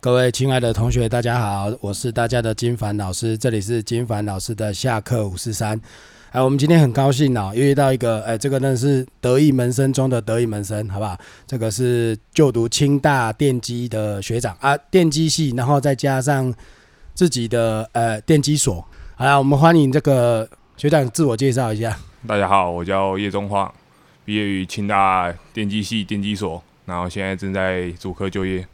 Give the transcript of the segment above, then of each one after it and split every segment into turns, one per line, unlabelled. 各位亲爱的同学，大家好，我是大家的金凡老师，这里是金凡老师的下课五四三。哎，我们今天很高兴哦，又遇到一个哎，这个呢是得意门生中的得意门生，好不好？这个是就读清大电机的学长啊，电机系，然后再加上自己的呃电机所。好啦，我们欢迎这个学长自我介绍一下。
大家好，我叫叶中晃，毕业于清大电机系电机所，然后现在正在主科就业。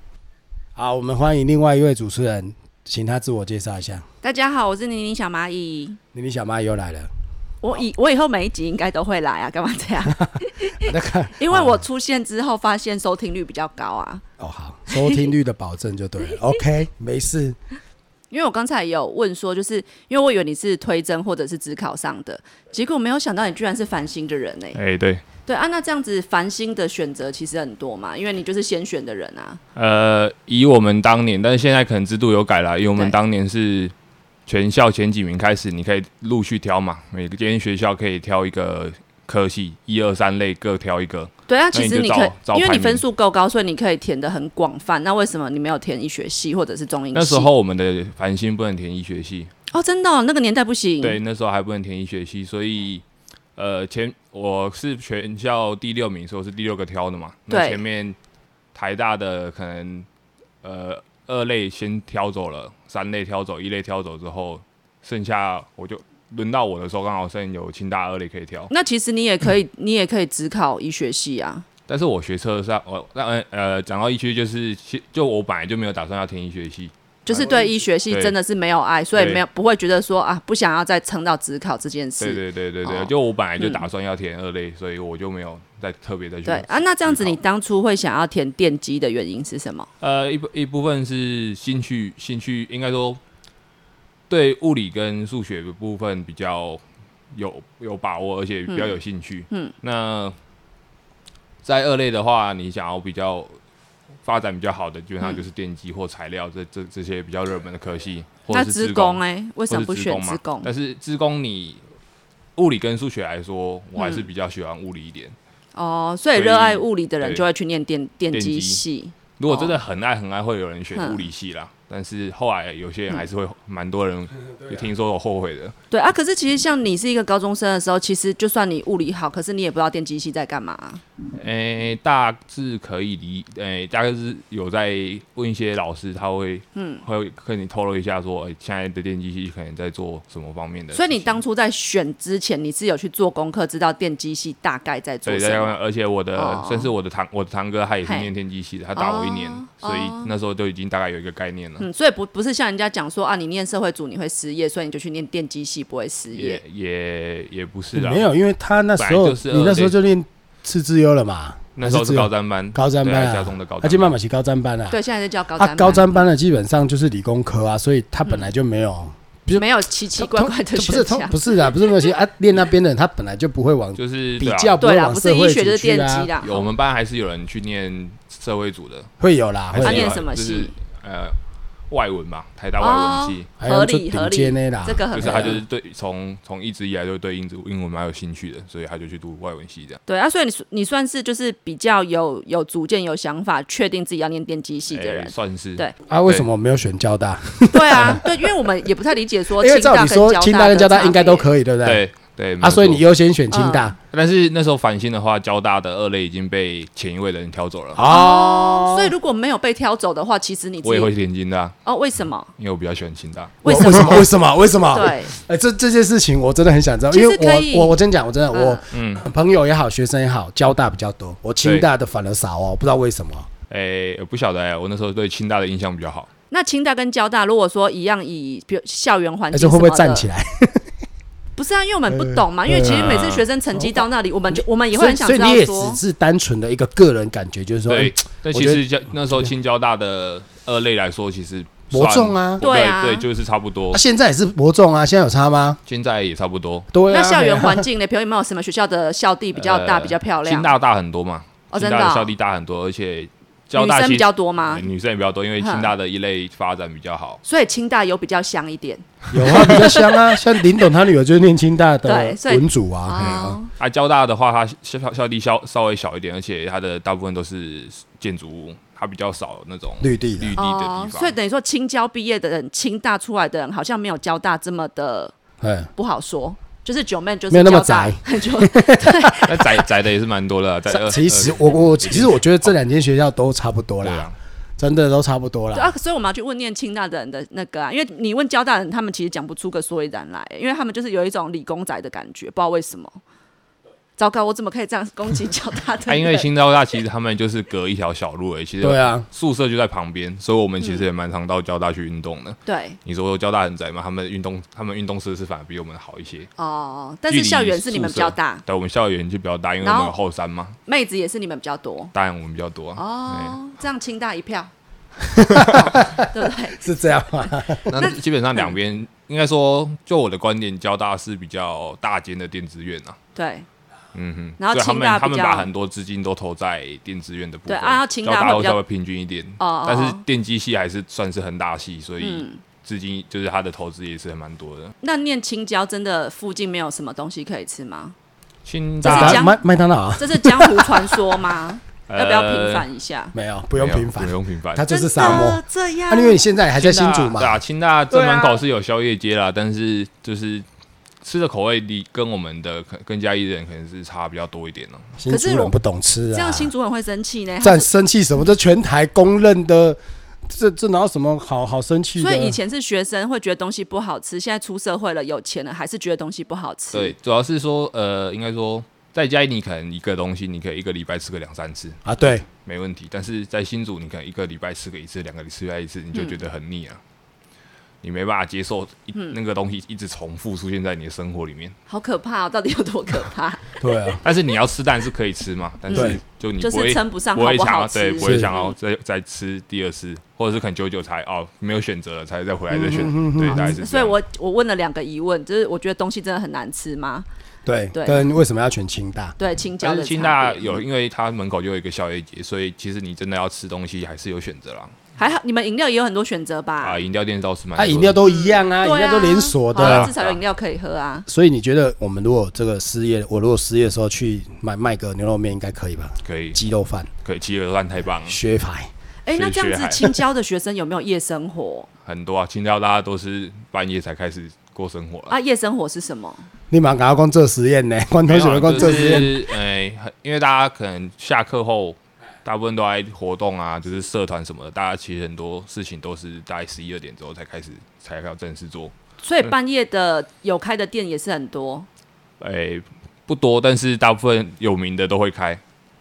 好，我们欢迎另外一位主持人，请他自我介绍一下。
大家好，我是宁宁小蚂蚁。
妮妮小妈又来了，
我以我以后每一集应该都会来啊，干嘛 这样？
那看
因为我出现之后发现收听率比较高啊。
哦好，收听率的保证就对 了。OK，没事。
因为我刚才有问说，就是因为我以为你是推甄或者是只考上的，结果没有想到你居然是繁星的人呢、欸
哎、对，
对啊，那这样子繁星的选择其实很多嘛，因为你就是先选的人啊。
呃，以我们当年，但是现在可能制度有改了，以我们
对
当年是全校前几名开始，你可以陆续挑嘛，每个间学校可以挑一个科系，一二三类各挑一个。
对啊，
那
其
你
实
就
你可以
照，照
因为
排
你
名
分数够高，所以你可以填的很广泛。那为什么你没有填医学系或者是中英系？
那时候我们的繁星不能填医学系，
哦，真的哦、那个年代不行。
对，那时候还不能填医学系，所以呃，前我是全校第六名，所以我是第六个挑的嘛。那
对
前面台大的可能呃二类先挑走了，三类挑走，一类挑走之后，剩下我就轮到我的时候，刚好剩有清大二类可以挑。
那其实你也可以，你也可以只考医学系啊。
但是我学车上，我那呃呃讲到医学就是，其就我本来就没有打算要填医学系，
就是对医学系
对
真的是没有爱，所以没有不会觉得说啊，不想要再撑到职考这件事。
对对对对对，
哦
就我本来就打算要填二类，所以我就没有再特别再去
对啊，那这样子
思考
你当初会想要填电机的原因是什么？
呃，一部一部分是兴趣，兴趣应该说对物理跟数学的部分比较有有把握，而且比较有兴趣。嗯，那在二类的话，你想要比较发展比较好的，基本
嗯
上就是电机或材料、这这这些比较热门的科系，或
那
者是
职
资
工
哎、
哎、为什么不
或是资
选
工嘛
职工？
但是资工你物理跟数学来说，我还是
嗯
比较喜欢物理一点。
哦，所以
所以
热爱物理的人
对
就会去念电电
电
机
机
系。
如果真的很爱很爱，会有人选
嗯
物理系啦。但是后来有些人还是会，蛮多
嗯
人
啊
就听说有后悔的。
对啊，可是其实像你是一个高中生的时候，其实就算你物理好，可是你也不知道电机系在干嘛啊、
诶、大致可以理，诶、大概是有在问一些老师，他会，嗯，会跟你透露一下说，诶、现在的电机系可能在做什么方面的事
所
情。
以你当初在选之前，你是有去做功课，知道电机系大概在做
对，
什
在
么？
而且我的、
哦
甚至我的堂我的堂哥他也是
嘿
念电机系的，他大我一年，
哦
所以
哦
那时候就已经大概有一个概念了。
嗯，所以不不是像人家讲说啊，你念社会组你会失业，所以你就去念电机系不会失业
也。也也不是啊，
没，有，因为他那时
本来
候
就是
你那时候
二类
就练次之优了嘛，
那时候
还自
是
由
高三班，
高三班
对啊
啊，
家中的高
他
三
进
班
慢慢起高三班啊，
对，现在就叫高
啊，
三。
高三班的基本上就是理工科啊，所以他本来就没 有就
没有奇奇怪怪的
不是
选
通
项。
不是啦，不是那些 啊，练那边的人他本来就不会往
就是
比
对啊
较不
对
会
啦，
往
不是
社
医
会
学就是
组去
电
啊
机，啦。
有我们班还是有人去念社会组的，
会有啦，会
还是
他
有
有
啊念
啦
人
什么
就是
系哦
呃，外文吧，台大外文系，
还有
合
就
理合
顶
理
尖的啦
这，个很
啊就是他
合
就
理
是对从从一直以来就对英英文蛮有兴趣的，所以他就去读外文系这样。
对啊，所以你你算是就是比较有有主见、有想法，确定自己要念电机系的
哎
人。
算是
对
啊，为什么没有选交大？
对啊，对，因为我们也不太理解说
因为
清
照
大
理
跟
说，清大跟交大应该都
以。
可以，对不对？
对对没
啊，
有
所以你
错
优先选清大
但是那时候繁星的话，交大的二类已经被前一位的人挑走了，
哦。
所以如果没有被挑走的话，其实你自
我也会
己
去天津大，
哦，为什么？
因为我比较喜欢清大。
为
我
什
为什
么？
么？为什么？为什么？
对，
哎，这这件事情我真的很想知道，
其
因
实
为
可以
我我我真讲，我真的我
嗯
朋友也好，学生也好，交大比较多，我清
对
大的反而少哦，不知道为什么。
嗯
哎、我不晓得哎、我那时候对清大的印象比较好。
那清大跟交大如果说一样以比如校园环
但
境
哎是会不会站
来？
起来？
不是啊，因为我们不懂嘛，因为其实每次学生成绩到那里，我们就我们也会
所以
很想
所以
知
你
道
也
说
只，是单纯的一个个人感觉，就是说，
对
哎，
但
我
其
觉
实交那时候清交大的二类来说，其实
伯
算
仲啊
对啊
对，就是差不多
啊，，现在也是伯仲啊，现在有差吗？
现在也差不多。
对啊，
那校园
哎呀
环境呢？比如有没有什么学校的校地比较大、
呃
比较漂亮
清？大大很多嘛，
哦
清
真的
大
哦
的校地大很多，而且交
女
大
生
其
比
实
较多吗
呃？女生也比较多，因为清大的一类发展比较好。
所以清大有比较香一点
有啊，比较香 啊，像林董他女儿就是念清大的
对所以
文主啊，嘿啊
哦。
啊，交大的话，它校校地稍稍微小一点，而且它的大部分都是建筑物，它比较少有那种
绿地的
绿地的
哦
地，
所以
方。
等于说清交毕业的人，清大出来的人，好像没有交大这么的
哎，
不好说，就是九妹就是
没有那么
交大，就
那 窄窄的也是蛮多的啊，窄呃
其实
呃
我我其实我觉得这两间学校都差不多
对
啦
啊，，
真的都差不多
对
啦。
啊，所以我们要去问念清大的人的那个啊，因为你问交大人，他们其实讲不出个所以然来，因为他们就是有一种理工仔的感觉，不知道为 什么。糟糕，我怎么可以这样攻击交大的
他
人？
啊因为新交大其实他们就是隔一条小路而已，其实
对啊，嗯
宿舍就在旁边，所以我们其实也蛮常到交大去运动的。
对
你说交大很窄嘛，他们运动他们运动设施反而比我们好一些，
哦，但
距
是
离
校园是你们比较大，
对我们校园就比较大，因为我
然
们
后
有后山嘛，
妹子也是你们比较多
当然我们比较多啊。
哦，这样清大一 票，对不对？
是这样吗？
那基本上两边应该说，就我的观点，交大是比较大间的电子院啊，
对
嗯哼，
然后
所以他
清大
们
比
他们
较
把很多资金都投在电子院的部分，
对啊然后清
交
大会
大会
比较
稍微平均一点，
哦哦
但是
哦
电机系还是算是很大系，所以
嗯
资金就是它的投资也是还蛮多的。
那念青椒真的附近没有什么东西可以吃 吗？
清
这是
大
江
麦麦当劳啊
这是江湖传说吗？要不要平
呃
反一下？
没有，不
不
用平凡
不，用平凡，
它就是
真的
沙漠。
这样，
啊，因为你现在还在新竹
对
嘛，
啊，清大正门口是有宵夜街啦，但是就是吃的口味离跟我们的可跟嘉义人可能是差比较多一点哦、
新竹人不懂吃
这
啊
样，新主很会生气呢。
战生气什么？这全台公认的，这这哪有什么好好生气的？
所以以前是学生会觉得东西不好吃，现在出社会了，有钱了还是觉得东西不好吃。
对，，主要是说呃，应该说在嘉义你可能一个东西你可以一个礼拜吃个两三次
啊，对，
没问题，但是在新竹你可能一个礼拜吃个一次、两个礼拜吃个一次，你就觉得很腻啊。你没办法接受一、那个东西一直重复出现在你的生活里面，
好可怕、哦，到底有多可 怕？
对 啊，
但是你要吃当然是可以吃嘛，但
对
是就你
嗯就
不会
是称不上
不
好
会想
好
要
吃。
对，不会
是
想要再再吃第二次，或者是可能久久才哦没有选择了才再回来再
嗯
选，对，大概是这样。
所以我我问了两个疑问，就是我觉得东西真的很难吃吗？
对，
对
跟为什么要选清大？
对，青椒
但
的
是
差
清大
别
有，因为它门口就有一个宵夜节，所以其实你真的要吃东西还是有选择啦。
还好，你们饮料也有很多选择吧？
啊，饮料店倒是蛮多
啊，
的，
饮料都一样啊，饮
对
料
啊，
都连锁
好
的
啦
啊
啊。
至少有饮料可以喝啊。
所以你觉得我们如果这个失业，我如果失业的时候去买卖个牛肉面应该可以吧？
可以，
鸡肉饭、
可以，七鹅饭太棒了，
薛排，
哎，那
学
这样
学
子
海
青椒的学生有没有夜生活
很多啊。清大大家都是半夜才开始过生活了。
啊？夜生活是什么？
你马上赶快光做实验呢，光同
没
学们
有啊
光
就
做实验，
是哎，很因为大家可能下课后。大部分都在活动啊，就是社团什么的，大家其实很多事情都是大概十一二点之后才开始才要正式做。
所以半夜的有开的店也是很多
诶、哎不多，但是大部分有名的都会开，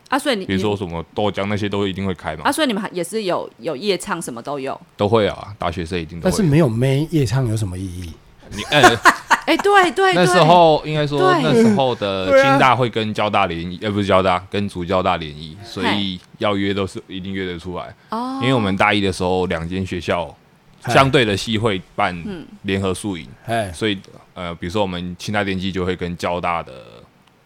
啊。所以你
比如说什么豆浆那些都一定会开嘛，
啊，所以你们还也是有有夜唱，什么都有。
都会啊，大学生一定都
但是
会。
没有妹夜唱有什么意义？
你呃，
哎，对对对，
那时候应该说
对
那时候的
对啊
清大会跟交大联谊，呃，不是交大跟竹交大联谊，所以要约都是一定约得出来。
哦，
因为我们大一的时候，两间学校
哎
相对的系会办
嗯
联合宿营，
哎，
所以呃，比如说我们清大电机就会跟交大的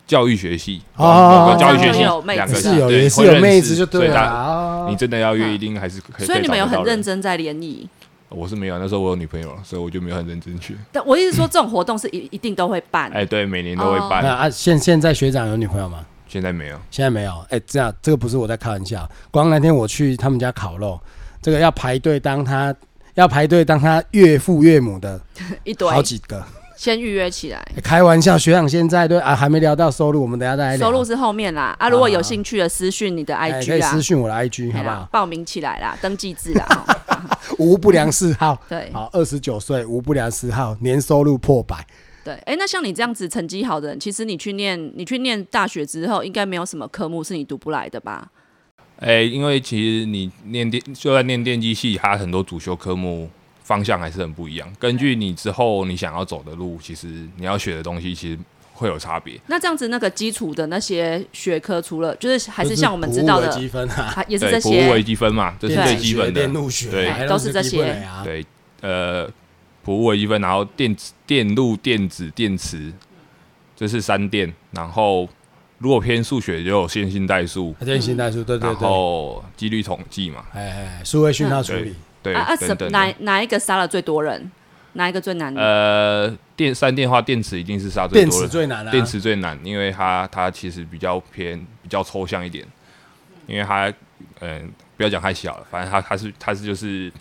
教育学系，
哦
某个教育学系
哦有妹子
两个
对
是有
对
也是
会
有
认
妹
识
子就
所
对
以
了
大
啊
你。真的要约一定还是可以。
所以你们有很认
真，
真在联谊。
我是没有，那时候我有女朋友了，所以我就没有很认真去。
但我一直说这种活动是一一定都会办，
哎，对，每年都会
那
办，
啊，现现在学长有女朋友吗？
现在没有。
现在没有。哎、这样这个不是我在开玩笑，光那天我去他们家烤肉，这个要排队当他要排队当他岳父岳母的
一堆
好几个。
先预约起来。
哎开玩笑，学长现在对啊还没聊到收入，我们等一下再来聊。
收入是啊后面啦，啊，如果有兴趣的私讯你的
哎可以
IG 啦
私，讯我的 IG 好
哎
不
啦
好？
报名起来啦，登记 制啦。哈
无不良嗜好，
对
好，二十九岁无不良嗜好，年收入破百。
对，哎，那像你这样子成绩好的人，其实你去念你去念大学之后，应该没有什么科目是你读不来的吧？
哎、因为其实你念电，就算念电机系，它很多主修科目方向还是很不一样。根据你之后你想要走的路，其实你要学的东西其实会有差别。
那这样子那个基础的那些学科，除了就是还
就是
像我们知道的
服务微积，分啊，
还也是
对，
这
服务微
些
积分嘛，这是
对
最基本
电
的。
路学
对
哎
都是这
基本
些
的啊。
对，呃，服务微积分，然后电子、电路、电子、电磁，这是三电。然后如果偏数学，就有线性代数，
它电信代数，啊对对
然
对，
后几率统计嘛，
哎哎，数位讯号处理，
对，
啊啊，
等
什
等的
哪哪一个杀了最多人？哪一个最难？
呃，电三电话电池一定是杀最
电
多
池
的，
最难啊，
电池最难，因为它它其实比较偏比较抽象一点，因为它嗯、不要讲太小了，反正它它是它是就是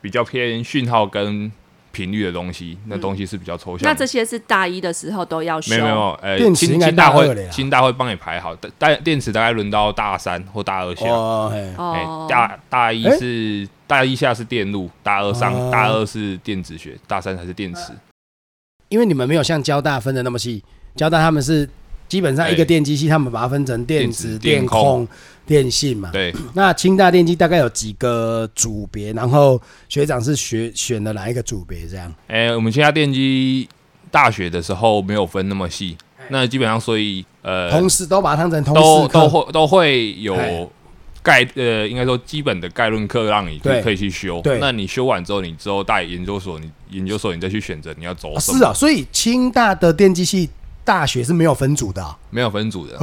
比较偏讯号跟频率的东西，那东西是比较抽象
嗯那
的。
这些是大一的时候都要修，
没有没有，呃，
电池应
清
该
清大
大二了
会
呀
清大会帮你排好，但但电池大概轮到大三或大二下。
哦，嘿
哎、
哦，
大大一
哎
是、大一下是电路，大二上、
哦嗯
大二是电子学，大三才是电池。
因为你们没有像交大分的那么细，交大他们是基本上一个
对
电机系，他们把它分成电
电
子、
子
电
哎电
控
控、
电信嘛。
对，
那清大电机大概有几个组别，然后学长是学选了哪一个组别这样？
哎、我们清大电机大学的时候没有分那么细，那基本上所以呃，
同时都把它当成通
都
识
都
课，
会都会
哎
有概呃，应该说基本的概论课让你去
对
可以去修
对。
那你修完之后，你之后带研究所，你研究所你再去选择你要走
哦
什么，
是啊，所以清大的电机系大学是没有分组的啊、
没有分组的。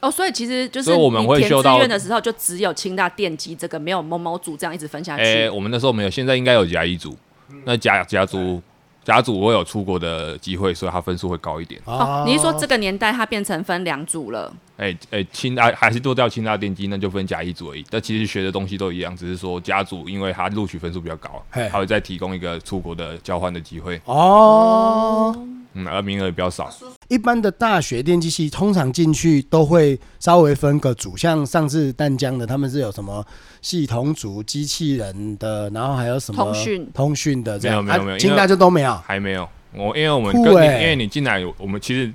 哦，所以其实就是
所以我们会
你填
修到
志愿的时候，就只有清大电机这个，没有某某组这样一直分下去。
哦
哎、我们那时候没有，现在应该有甲乙组。那甲甲组甲组会有出国的机会，所以他分数会高一点。
哦，你是说这个年代它变成分两组了？
哎、哎、清大还是做掉清大电机，那就分甲乙组而已。但其实学的东西都一样，只是说甲组因为他录取分数比较高，
嘿
他会再提供一个出国的交换的机会，
哦，
嗯，而名额也比较少。
一般的大学电机系通常进去都会稍微分个组，像上次淡江的，他们是有什么系统组、机器人的，然后还有什么
通讯
通讯的这样，
没有没有没有
啊
因为
清大就都没有。
还没有，我因为我们
酷
跟你，
欸
因为你进来，我们其实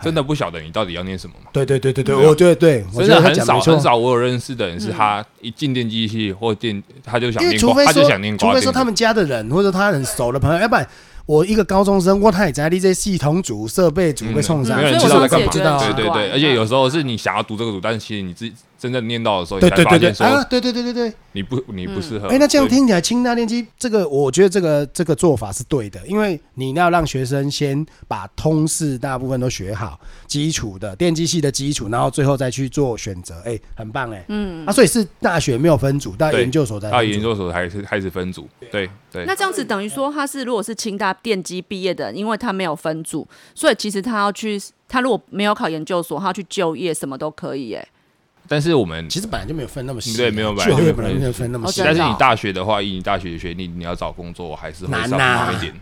真的不晓得你到底要念什么嘛。
对对对对对，
没有
我觉得对，我
真
觉
的
得他
很
讲
少
没错
很。少，我有认识的人是
嗯
他一进电机系或电，他就想
因为
念
除非
光，他就
说
想念，
除
光
非说他们家的人或者他很熟的朋友，要不然我一个高中生，我他也在你这系统组、设备组被冲上，
嗯没有人
其
知
实
道
我自
在干
己
嘛。
也知道
对
啊。
对对，而且有时候是你想要读这个组，但是其实你自己真正念到的时候，你
对
才
对
发
对对
现
啊，
说
对对对对对。
你不你不适合。
哎，那这样
所以
听起来，清大电机这个，我觉得这个这个做法是对的，因为你要让学生先把通识大部分都学好，基础的电机系的基础，然后最后再去做选择，哎，很棒哎。嗯。啊，所以是大学没有分组，到
对
研究所才
到
分组
研究所还是开始分组，对对
那。这样子等于说，他是如果是清大电机毕业的人，因为他没有分组，所以其实他要去，他如果没有考研究所，他要去就业什么都可以、耶。
啊
但是我们
其实本啊来就没有分那么细啊，
对没有本来
就
就没
业
有
本来就没有分那么
哦
细
真。
但是
的
你
哦
大学的话，以你大学的学历，你要找工作还是会
难
稍微
啊
呐
难一点。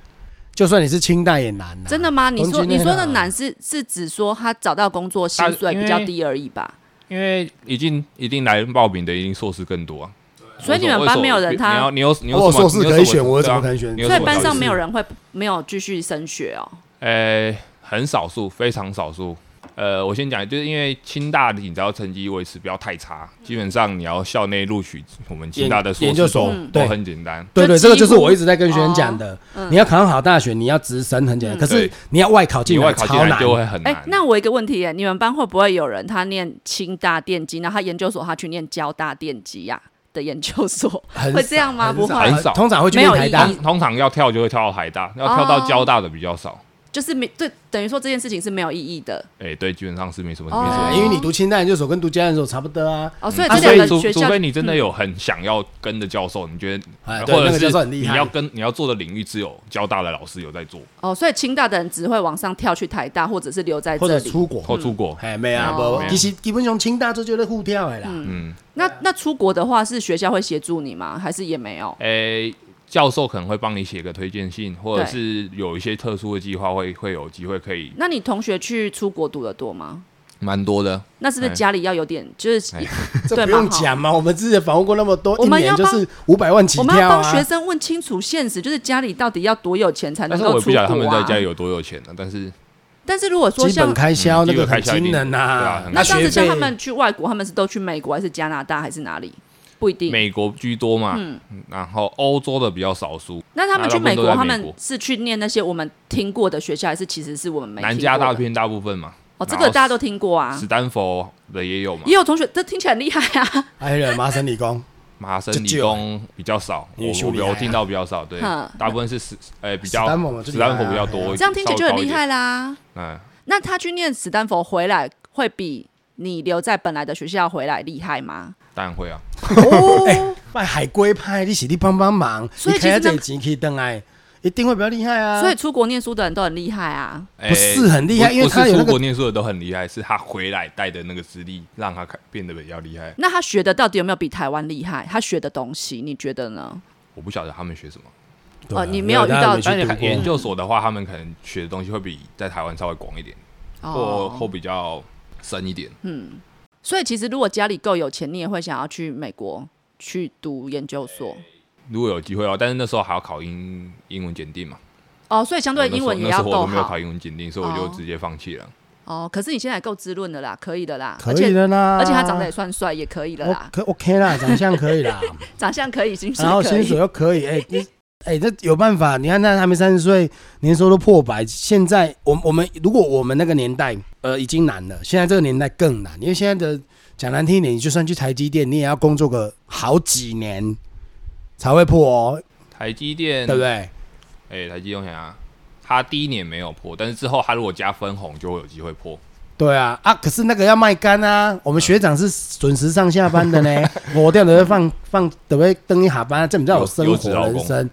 就算你是清大也难呐、啊
真的吗？你说
东京
你
那个
说
啊
的难是是指说他找到工作薪
他
水
因
比较
为
低而已吧？
因为已经一定来报名的，一定硕士更多啊。
所以你们
为什
班
么
没有人
你
他
你要你有你有
我有
什么
哦硕士
你有
可以
什
选我
对
怎
啊
么可以选
你
有
所以
什么
班
考
上
虑
没有人会没有继续升学哦。
呃，很少数，非常少数。呃，我先讲，就是因为清大你只要成绩维持不要太差，基本上你要校内录取我们清大的硕
研
士
研究所
都
对
都很简单。
对对，
就
这个就
几乎
是我一直在跟学生讲的。你要考好大学，你要直升很简单，可是
对
你要外考
你
进
外
来
考进
超
来
难。啊
就会很
哎、
难。啊
那我有一个问题耶，你们班会不会有人他念清大电机，然后他研究所他去念交大电机呀、的研究所？
很
会这样吗
少
不会
很少
啊通常会去念台大
没有意。
通常要跳就会跳到台大，要跳
哦
到交大的比较少。
就是没对，等于说这件事情是没有意义的
哎、对，基本上是没什么，
哦
没什么。
对因为你读清大研究所跟读交大研究所差不多啊。
哦。所以
啊
这
所
两
以
个
除
学
除
校嗯
非你真的有很想要跟的教授，你觉得，
哎，对，
或
那
者
个教授
是
很厉
你
害。
要跟你要做的领域只有交大的老师有在做，
哦，所以清大的人只会往上跳去台大，或者是留在
或
这
者
里。
出国。
或出国，
哎，没啊，
哦
不，
没有
其实基本上清大这就是互跳的啦。
嗯，
那那出国的话，是学校会协助你吗？还是也没有？
诶、教授可能会帮你写个推荐信，或者
对
是有一些特殊的计划会会有机会可以
那你同学去出国读的多吗？
蛮多的。
那是不是
哎
家里要有点，就是、
哎
这
对
不
嘛
用
哈
讲嘛，我们之前访问过那么多，
我
一
们
年
要
就
帮
是五百万起
我们要
跳
帮学
啊。
生问清楚现实，就是家里到底要多有钱才
但
能
是我
够
也不
出国
晓得
啊？
他们在家里有多有钱呢、但是
但是如果说
基
像
本开销
嗯
那个
基本开
很
销一定
惊人呐
对啊，很
那这样
学
子，像
费
他们去外国，他们是都去美国还是加拿大还是哪里？不一定。
美国居多嘛，
嗯
嗯然后欧洲的比较少数，
那他们去美国，
大部
他
分都在美
们
国
是去念那些我们听过的学校，还是其实是我们没听过
南
的
加大偏大部分嘛。
哦，这个大家都听过
然
啊
后史，丹佛的也有嘛，
也有同学，这听起来很厉害啊。
哎呀，麻省理工，
麻省
就只
理
有啊
工比较少，我
女修
我
理啊
我听到比较少，对
哼，
大部分是史呃比
史
较
丹佛嘛就
史
厉害啊
丹佛比较多，
这样听起来就很厉害
了。
啦。
嗯，
那他去念史丹佛回来，会比你留在本来的学校回来厉害吗？
当然会啊，
哦，
哎卖海龟派，你是你帮帮忙，
所
你
以其实
开这
那
钱去等来，一定会比较厉害啊。
所以出国念书的人都很厉害啊。
哎
不是很厉害，因为
不
他
是
有
出
那
国
个
念书的都很厉害，是他回来带的那个资历，让他看变得比较厉害。
那他学的到底有没有比台湾厉害？他学的东西，你觉得呢？
我不晓得他们学什么，
对啊
哦你没有
因为大
遇
家没
到
去
但
读
你
过
看研究所的话，他们可能学的东西会比在台湾稍微广一点，或
哦
或比较深一点。
嗯所以其实如果家里够有钱，你也会想要去美国去读研究所。
如果有机会哦，但是那时候还要考英英文检定嘛，
哦，所以相对英文也
那时
要
候我
够
都没有
好
考英文检定，所以我就
哦
直接放弃了。
哦。可是你现在也够滋润的啦，可以的啦，
可以
而且
的啦，
而且他长得也算帅，也可以的
哦
啦，
可 OK 啦，长相可以啦，
长相可以，薪水
然后
可
薪水
以。
又可以，哎、你哎、这有办法。你看，那还没三十岁，年收入破百，现在我我们如果我们那个年代，呃，已经难了，现在这个年代更难，因为现在的讲难听一点，你就算去台积电，你也要工作个好几年才会破哦，
台积电，
对不？对？
哎、台积电我想啊，他第一年没有破，但是之后他如果加分红，就会有机会破。
对啊，啊，可是那个要卖干啊！我们学长是准时上下班的 呢，我掉的会放放，等会登一下班，啊这不叫有生
有有
活
指劳工
人生。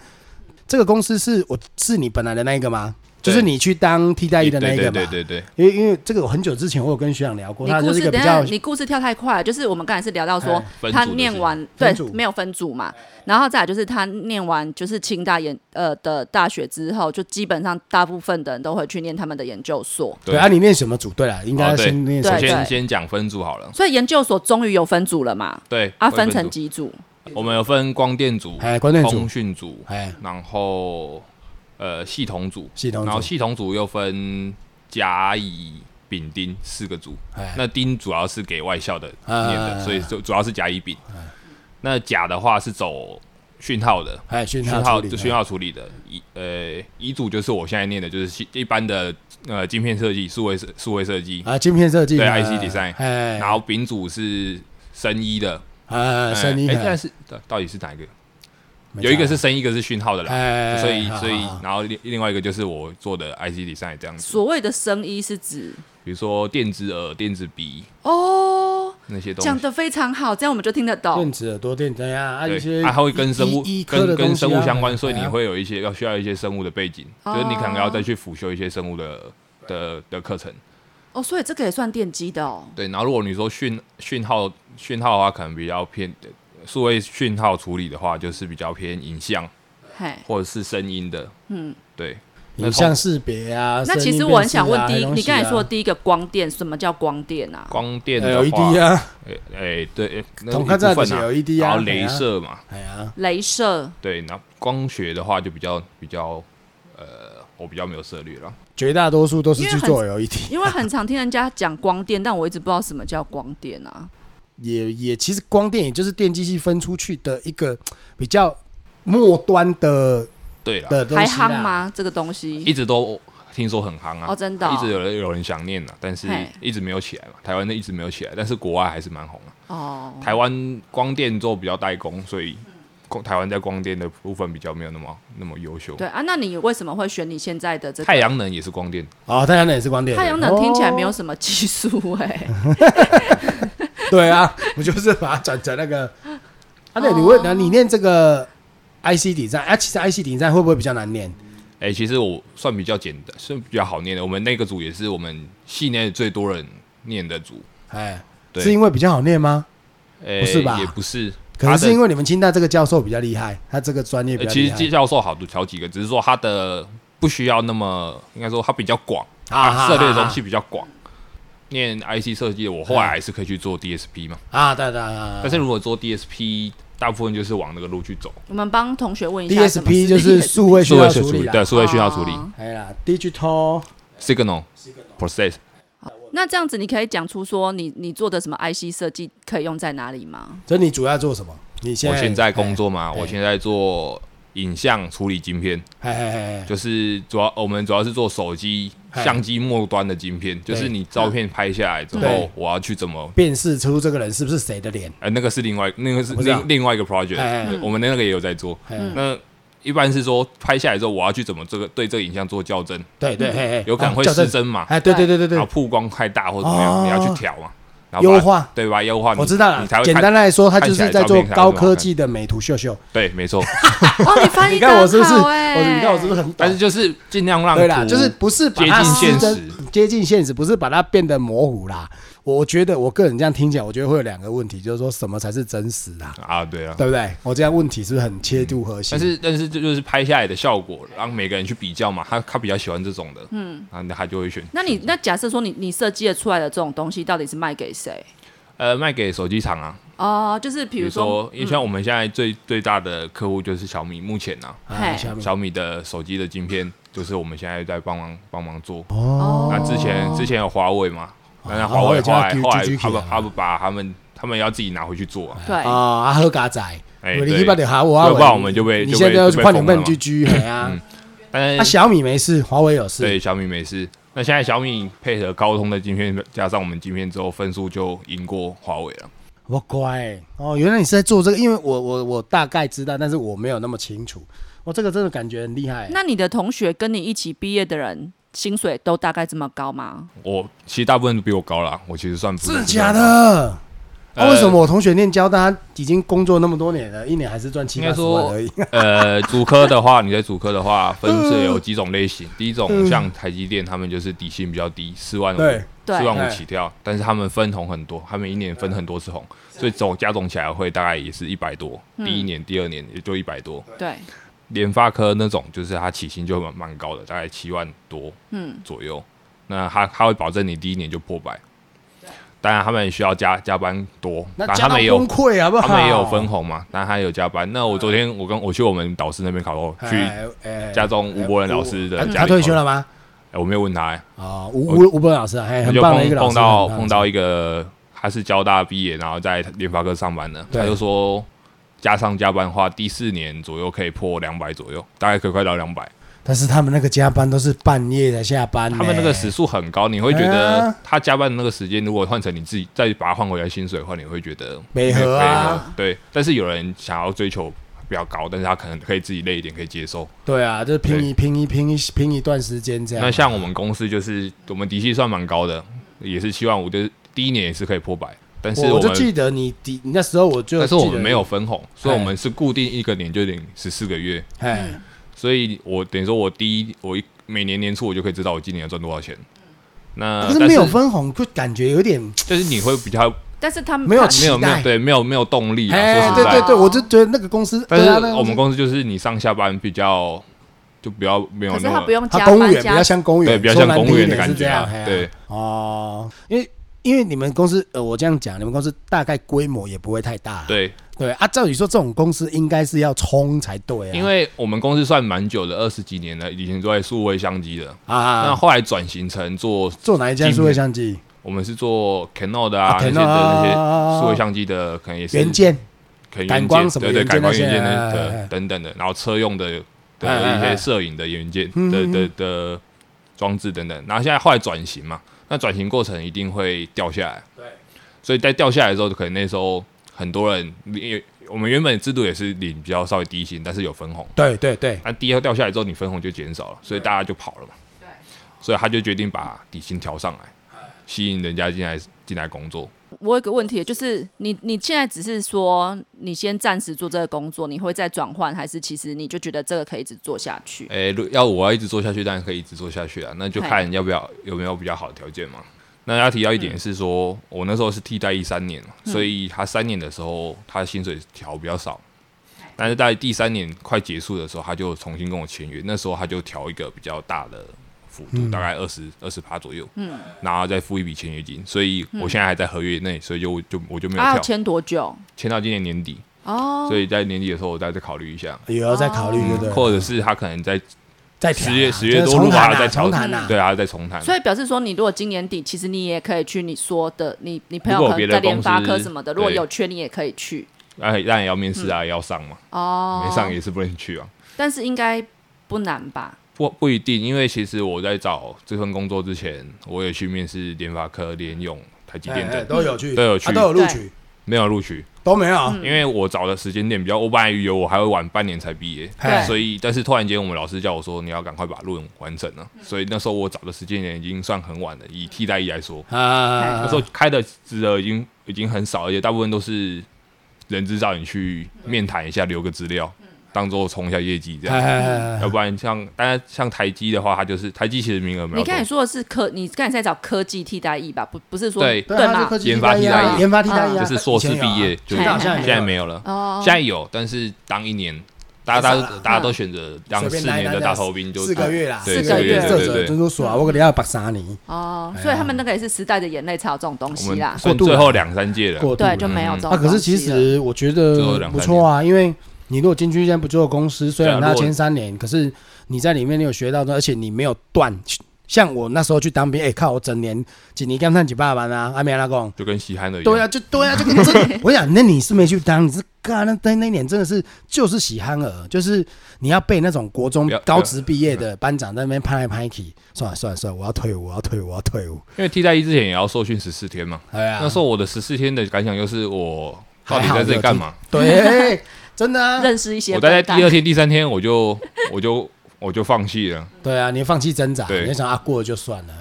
这个公司是我是你本来的那一个吗？就
对
是你去当替代役的那一
对
个
对
嘛？
对对对，
因为因为这个我很久之前我有跟学长聊过，
你
他就
故
是一
事
个比
等一下，
较
你故事跳太快了，就是我们刚才是聊到说
哎
分
他
组的
念
事
完对
分组
没有分组嘛，然后再来就是他念完就是清大研呃的大学之后，就基本上大部分的人都会去念他们的研究所，
对啊，你念什么组？对了，应该
哦
要
对
先念什
我
么
对
组？
先先讲分组好了。
所以研究所终于有分组了嘛，
对，
啊，
我有
分成
组
几组？
我们有分光电组、
哎，关键组
通，讯组，
哎，
然后呃系统组，
系统
然后
组，
系统组又分甲乙。丙丁四个组，
哎，
那丁主要是给外校的
啊
念的，所以就主要是甲乙丙。那甲的话是走讯号的，
哎，讯
讯
号处
号
理
就
的
讯，号处理的乙呃乙组就是我现在念的，就是系一般的呃晶片设计、数位设数位设计，
啊，晶片设计，
对
哎
IC design
哎，
然后丙组是生医的，
啊，声音
哎，
哎
现在是到到底是哪一个？
没
有一个
差
是生一个是讯号的啦，
哎，
所以
好
所以
好好
然后另另外一个就是我做的 IC design 这样子，
所谓的生医是指
比如说电子耳、电子鼻
哦，
那些东
讲
西，
的非常好，这样我们就听得懂
电。子耳朵电子呀，啊一
对，
些
啊它会跟生物
医医科的
跟
东
跟
西啊
生物相关，所以
哎呀哦
你会有一些要需要一些生物的背景，就是你可能要再去辅修一些生物的的的课程。
哦，所以这个也算电机的哦。
对，然后如果你说讯讯号讯号的话，可能比较偏数位讯号处理的话，就是比较偏影像
嘿，
或者是声音的，嗯，对。
影像识别啊。
那其
声
实
音
我很
辨识
想问
啊
第一，你刚才说的
东
第一个光电，什么叫光电啊？
光电
西啊
的嗯话，
LED 啊，
哎、哎对，哎那
同
一
看这
部
就
分
是
啊，
LED
然
啊，
后镭
哎呀，
射嘛，
哎呀，
镭射
对，然后光学的话就比较比较，呃，我比较没有涉猎了。
绝大多数都是
因为
去
很
做 LED，
因为很常听人家讲光电，但我一直不知道什么叫光电啊。
也也其实光电也就是电机系分出去的一个比较末端的
对啦，
的东
还
西啦
夯？吗？这个东
一
西？
直都听说很夯啊，
哦，真的
一直
哦
有人有人想念呐、但是
嘿
一直没有起来嘛。台湾的一直没有起来，但是国外还是蛮红啊的、
哦。
嗯台湾光电做比较代工，所以光台湾在光电的部分比较没有那么那么优秀。
对啊，那你为什么会选你现在的这
太
个？
阳能也是光电，
哦，太阳能也是光电的，
太阳能听起来没有
哦。
什么技术哎，
对啊，我就是把它转成那个。啊，对，你
哦
问，那你念这个 IC 底站，啊，其实 IC 底站会不会比较难念？
哎、其实我算比较简单，算比较好念的。我们那个组也是我们系内最多人念的组，
哎，
对
是因为比较好念吗？
哎
不是吧
也不是，
可能
他
是
的
因为你们清大这个教授比较厉害，他这个专业比
呃
较
其
厉
实
害
技教授好读好几个，只是说他的不需要那么，应该说他比较广，
啊
涉猎的东西比较广。念 IC 设计的，我后来
嗯
还是可以去做 DSP 嘛。
啊，对对啊。
但是如果做 DSP，大部分就是往那个路去走，
我们帮同学问一下什么
DSP 就是数位讯
数
号
位学
处
处
理
理，
啦
对，数位讯号处理
哦
哎呀，digital
，Signal process。
那这样子，你可以讲出说你你做的什么 IC 设计可以用在哪 里吗？
这你主要做什么？你现
我
在
现在工，作嘛，
哎
我现在做影像处理晶片。
哎哎哎哎，
就是主要我们主要是做手机
嗨
相机末端的晶片，就是你照片拍下来之
对
后，我要去怎么？
辨识出这个人是不是谁的脸？
呃，那个是另外，那个是
我知道
另另外一个 project，
哎哎
对我们那个也有在做。
哎
那一般是说拍下来之后，我要去怎么这个对这个影像做校正，
对对，嘿嘿，
有可能会
哦校正
失真嘛，哦
哎，对对对对
然后
对，
曝光太大或怎么样，
哦
你要去调嘛，然后把
优，化。
对吧？优化，你
我知道了
你才，会
简
看
单来说，他就
看起
是
来
在
照
做
片才会
高
好看
科技的美图秀秀。
对，没错，
哦，你翻译
你看我
的
是不是？
好
我你
哎，
看我是不是很
但
懂啊
是？就是尽量让
对啦，
图
就是不是把它
呃接
撕
近现
得接近现实，不是把它变得模糊啦。我觉得我个人这样听起来，我觉得会有两个问题，就是说什么才是真实啊，
啊，对啊。
对不对？我这样问题是不是很切入核心？
但是但是这就是拍下来的效果，让每个人去比较嘛。他他比较喜欢这种的，嗯，然后他就会选。
那你那假设说你你设计的出来的这种东西，到底是卖给谁？
呃卖给手机厂啊，
哦，就是
比
比如
如说
说，，
因为像我们现在最最大的客户就是小米，目前啊，
啊，
嘿
下面
小米的手机的晶片就是我们现在在帮忙帮忙做。
哦，
那之前之前有华为嘛，那华
华为
为
就
后
要
来
Q-
后来
GGK
他们
了
他们把他们他们要自己拿回去做啊，
对，
啊，阿赫嘎仔，
哎
你
对
一般得喊我阿
要
伟，
不然我们就被
你
就
现在
被
要
就
去
被
换你
封了
问
嘛
GG，嘿啊，
但
啊
是
小米没事，华为有事，
对小米没事。那现在小米配合高通的晶片，加上我们晶片之后，分数就赢过华为了。
我乖哦，原来你是在做这个，因为我我我大概知道，但是我没有那么清楚，我这个真的感觉很厉害，
那你的同学跟你一起毕业的人，薪水都大概这么高吗？
我其实大部分都比我高啦，我其实算不
是假？的。
呃
啊、为什么我同学念交大，他已经工作那么多年了，一年还是赚七八十万 而已？
呃，主科的话，你在主科的话，分是有几种类型。第一种像台积电，他们就是底薪比较低，四万
嗯
五，
对嗯
四
对
万
哎
五起跳，但是他们分红很多，他们一年分很多次红，所以总加总起来会大概也是一百多。第一年、第二年也就一百多。
对，
联发科那种，就是它起薪就蛮蛮高的，大概七万多
嗯
左右。那它它会保证你第一年就破百，当然他们也需要加加班多，
那
但
家
他
大
们也有
崩溃啊好不好？
他们也有分红嘛，但他也有加班。那我昨天我跟我去我们导师那边烤肉，去
哎哎
家中吴伯仁老师的
哎
家里
他退休了吗？
哎我没有问他、哎
哦，吴吴吴伯仁老师啊，哎，
我
很
就
棒的一个
碰
老师，
碰到
很棒的
碰到一个他是交大毕业，然后在联发科上班的，
对
他就说加上加班的话，第四年左右可以破两百左右，大概可以快到两百。
但是他们那个加班都是半夜才下班呢，
他们那个时速很高，你会觉得
啊
他加班的那个时间，如果换成你自己再把它换回来薪水的话，你会觉得
没合啊
没合对，但是有人想要追求比较高，但是他可能可以自己累一点，可以接受。
对啊，就是拼一拼一拼一拼一段时间这样。啊
那像我们公司就是我们底薪算蛮高的，也是七万五，就是第一年也是可以破百，但是
我
我
就
们
记得你第那时候我就，
但是我们没有，分红，所以
哎
我们是固定一个年就领十四个月，
哎，
所以我等于说我第一我一每年年初我就可以知道我今年要赚多少钱。那
可是没有，分红，就感觉有点
但就是你会比较
但是他们
没有
他
期
没有没
待
有对没有没有动力啊，
哎，
说实
对对
在，
对，我就觉得那个公司，
但
对啊那
是
个
我
公司
们公司就是你上下班比较就比较没有
可是
那
他
么
不用
他
加
公务
班
员比
加
较像公务
对
员，
比较
说
像
难
公
听
务
一
员的
点
感
是这
觉
样
啊，
嘿啊
对，
哦，因为因为你们公司呃，我这样讲，你们公司大概规模也不会太大，
对，
对啊，照理说这种公司应该是要冲才对啊，
因为我们公司算蛮久的，二十几年了，以前都在数位相机的，那
啊，
后来转型成做
做哪一家数位相机
我们是做 Canon 的
啊
啊，那些
，Canon
的
啊啊
那
啊
些数位相机的，可能也是
元，件
可能元件
感光什么
对对，
元件
感
那
光
些
元件
哎
的
哎哎
的等等的，然后车用的
哎哎
的一
哎
些摄影的元件
嗯
的
嗯
的的装置等等，然后现在后来转型嘛，那转型过程一定会掉下来，对，所以在掉下来的时候，可能那时候很多人因为我们原本制度也是领比较稍微低薪，但是有分红。
对对对，
那第一掉下来之后，你分红就减少了，所以大家就跑了嘛。所以他就决定把底薪调上来，吸引人家进来进来工作。
我有一个问题，就是你你现在只是说你先暂时做这个工作，你会再转换，还是其实你就觉得这个可以一直做下去？
诶、如要我要一直做下去，当然可以一直做下去啊，那就
嗨嗯
看要不要有没有比较好的条件嘛。那要提到一点是说，我那时候是替代一三年嘛，所以他三年的时候，他薪水调比较少，但是在第三年快结束的时候，他就重新跟我签约，那时候他就调一个比较大的幅度，
嗯
大概二十二十趴左右，嗯，然后再付一笔签约金，所以我现在还在合约内，所以就就我就没有
嗯啊，
跳嗯
要，签多久？
签、到今年年底，
哦，
所以在年底的时候我再再考虑一下，
也要再考虑，对不对？
或者是他可能在
再调啊
哦十月十月
就是
多
重
录
谈
还
啊
要再调
重谈啊，
对，还要再重谈。
所以表示说，你如果今年底，其实你也可以去你说的，你你朋友
如果
可能
别的
在联
公
发科
司
什么的，如果
对
有缺，你也可以去
哎，当然也要面试啊，也要上嘛，
嗯哦。
没上也是不能去啊。
但是应该不难吧？
不不一定，因为其实我在找这份工作之前，我也去面试联发科、联用、台积
哎
电
哎
等，
都有去，
都有去
啊都有录取，
没有录取，
都没有，
嗯
因为我找的时间点比较，我本来以为我还会晚半年才毕业
对，
所以但是突然间我们老师叫我说你要赶快把论文完成
嗯
了，所以那时候我找的时间点已经算很晚了，以替代役来说，
啊
那时候开的职额已经
嗯
已经很少，而且大部分都是人资找你去面谈一下，留个资料。当做冲一下业绩这
哎
样。
哎哎哎
要不然像，当然像台积的话，它就是台积其实名额没
你
有
刚才
多，
说的是科，你刚才在找科技替代役吧？不，不是说
对
对啊，它是
吗
科？技
研发
替代
替代
啊
役
研发替代役啊
就是硕士
以前有啊
毕业就
现在好像
哎
现在
没
没
有。啊
有了。
哦啊
现，在有，但是当一年，大家大家大家都选择当四年的大头兵，就哎
四个月啦，
对
四个月
这
对对
这
对
就是说啊，我可能要把啥你
哦
哎，呀
所以他们那个也是时代的眼泪才有这种东
我
西啦
们。算最后两三届了，
过渡
对，就没有这种
啊，
东西了。
可是其实我觉
最后
得
两
不错啊，因为你如果进去一间不错的公司，虽然
对啊
它
如果
前三年，可是你在里面你有学到的，而且你没有断。像我那时候去当兵，哎、靠，我整年几年干赚几百万啊，阿美拉讲，
就跟西汉的一
对
样。
啊，就对啊，就跟这， 我想那你是没去当，你是干那那那年真的是就是喜憨儿，就是你要被那种国中
不要
高职毕业的班长在那边拍来拍去，算了算了算了，我要退伍，我要退伍，我要退伍，
因为替代役之前也要受训十四天嘛。
哎呀，
那时候我的十四天的感想就是，我到
还
底
好
在这里干嘛？
有听？对， 真的啊，
认识一些
我待在
笨蛋
第二天、第三天，我 就我就我就放弃了。
对啊，你放弃挣扎，
对
你就想啊，过了就算了。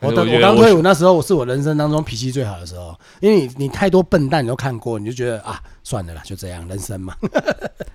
我的
但是我觉
我
得
刚
我
退伍那时候，是我人生当中脾气最好的时候，因为你你太多笨蛋你都看过，你就觉得啊，算了啦，就这样，人生嘛。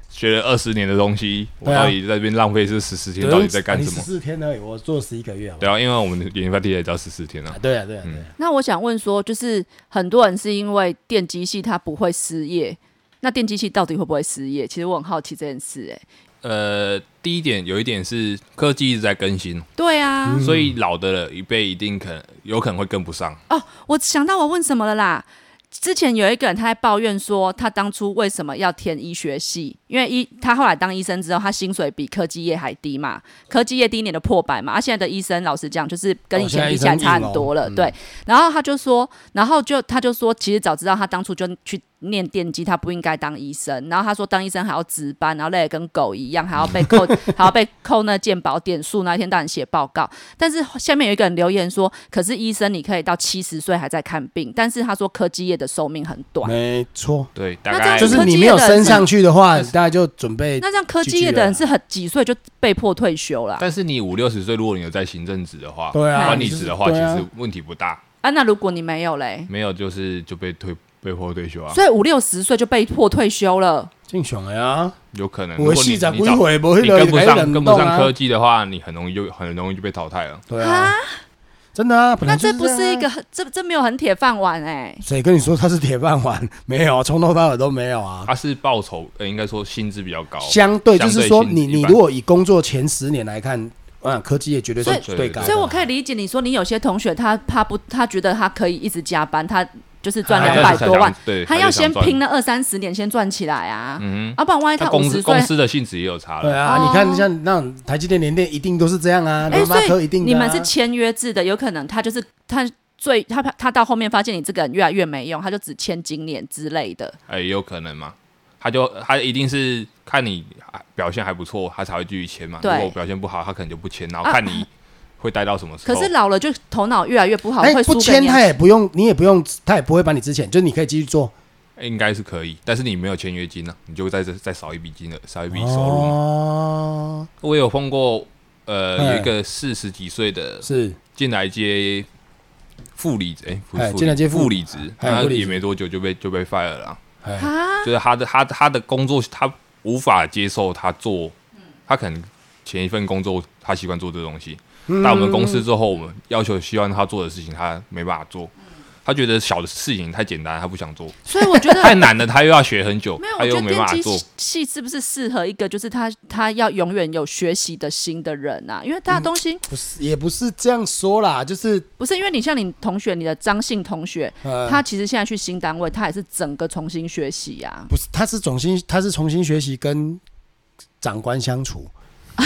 学了二十年的东西，我
对啊
到底在这边浪费这十四天，到底在干什
十
么？
四天而已，我做十一个月好不
对
好
啊，因为我们的研发替代只要十四天啊
啊。，对啊，对啊，对啊。
那我想问说，就是很多人是因为电机系他不会失业，那电机系到底会不会失业？其实我很好奇这件事、哎，
呃，第一点有一点是科技一直在更新，
对啊，
所以老的了一辈一定可能有可能会跟不上。
哦我想到我问什么了啦。之前有一个人他在抱怨说，他当初为什么要填医学系？因为医他后来当医生之后，他薪水比科技业还低嘛，科技业第一年的破百嘛。啊，现在的医生老实讲，就是跟以前比起来差很多了，对。然后他就说，然后就他就说，其实早知道他当初就去念电机，他不应该当医生。然后他说，当医生还要值班，然后累得跟狗一样，还要被扣， 还要被扣那健保点数，那一天到晚写报告。但是下面有一个人留言说，可是医生你可以到七十岁还在看病，但是他说科技业的寿命很
嗯
短。
没错，
对，
那
大
这样
概
就是你没有升
啊
上去的话，大家就准备
那这样科技业的人是很几岁就被迫退休了啊
但是你五六十岁，如果你有在行政职的话，
对啊
管理职的话，
就
其
是对啊
实问题不大。
啊？那如果你没有
嗯
嘞，
没有就是就被退被迫退休啊，
所以五六十岁就被迫退休了，
进雄了呀。
有可能。如
我
果
系
你
长
你
不
早
会不会
你跟不上跟不上科
科，
技的话，你很容易就很容易就被淘汰了。
对啊，真的啊，本来
那
就
这不
样啊
是一个很这这没有很铁饭碗哎、
谁跟你说他是铁饭碗？没有，啊，从头到尾都没有啊。
它是报酬，呃，应该说薪资比较高，
相对就是说，
相对
你
性
你
一般
如果以工作前十年来看，我想科技业绝对是
所以
最高的。
所以我可以理解你说你有些同学他他不他觉得他可以一直加班，他就是赚
他
两
要
百多万，，
对，
他要先拼
了。
那二三十年先赚起来啊，
嗯哼，
啊不然万一
他
他
公
五
司
十岁
公司的性质也有差
对
了。
啊，
哦
你看像那种台积电、联电一定都是这样啊，
哎，
联
所
发
以
科一定的啊。
你们是签约制的，有可能他就是他最他他到后面发现你这个人越来越没用，他就只签今年之类的。
哎，也有可能嘛。他就他一定是看你啊表现还不错，他才会继续签嘛。如
对
果表现不好，他可能就不签，然后
啊
看你会待到什么时
可
候。
是老了就头脑越来越不好，
哎
会输
不
给啊
签
年
他也不用，你也不用，他也不会把你之前，就是你可以继续做
哎应该是可以，但是你没有签约金呢、你就在这再少一笔金额，少一笔收入嘛。
哦，
我有碰过，
哎
呃，有一个四十几岁的
是
进来接副理，哎、不
哎
是
进来接副
副理职，
哎
他
副理
也
职
没多久就被就被 fire 了啦、
哎
啊，
就是他的他他的工作他无法接受他做，他可能前一份工作他习惯做这东西，
嗯
到我们公司之后，我们要求希望他做的事情他没办法做。他觉得小的事情太简单，他不想做；
所以我 觉
太
得。
难了，他又要学很久
没有，，
他
我觉
又
得
哎没办法
电
做
机。系是不是适合一个就是他他要永远有学习的心的人啊？因为
嗯
他的东西
不是也不是这样说啦，就是
不是因为你像你同学，你的张姓同学，
呃，
他其实现在去新单位，他也是整个重新学习啊。
不是他是重新他是重新学习跟长官相处，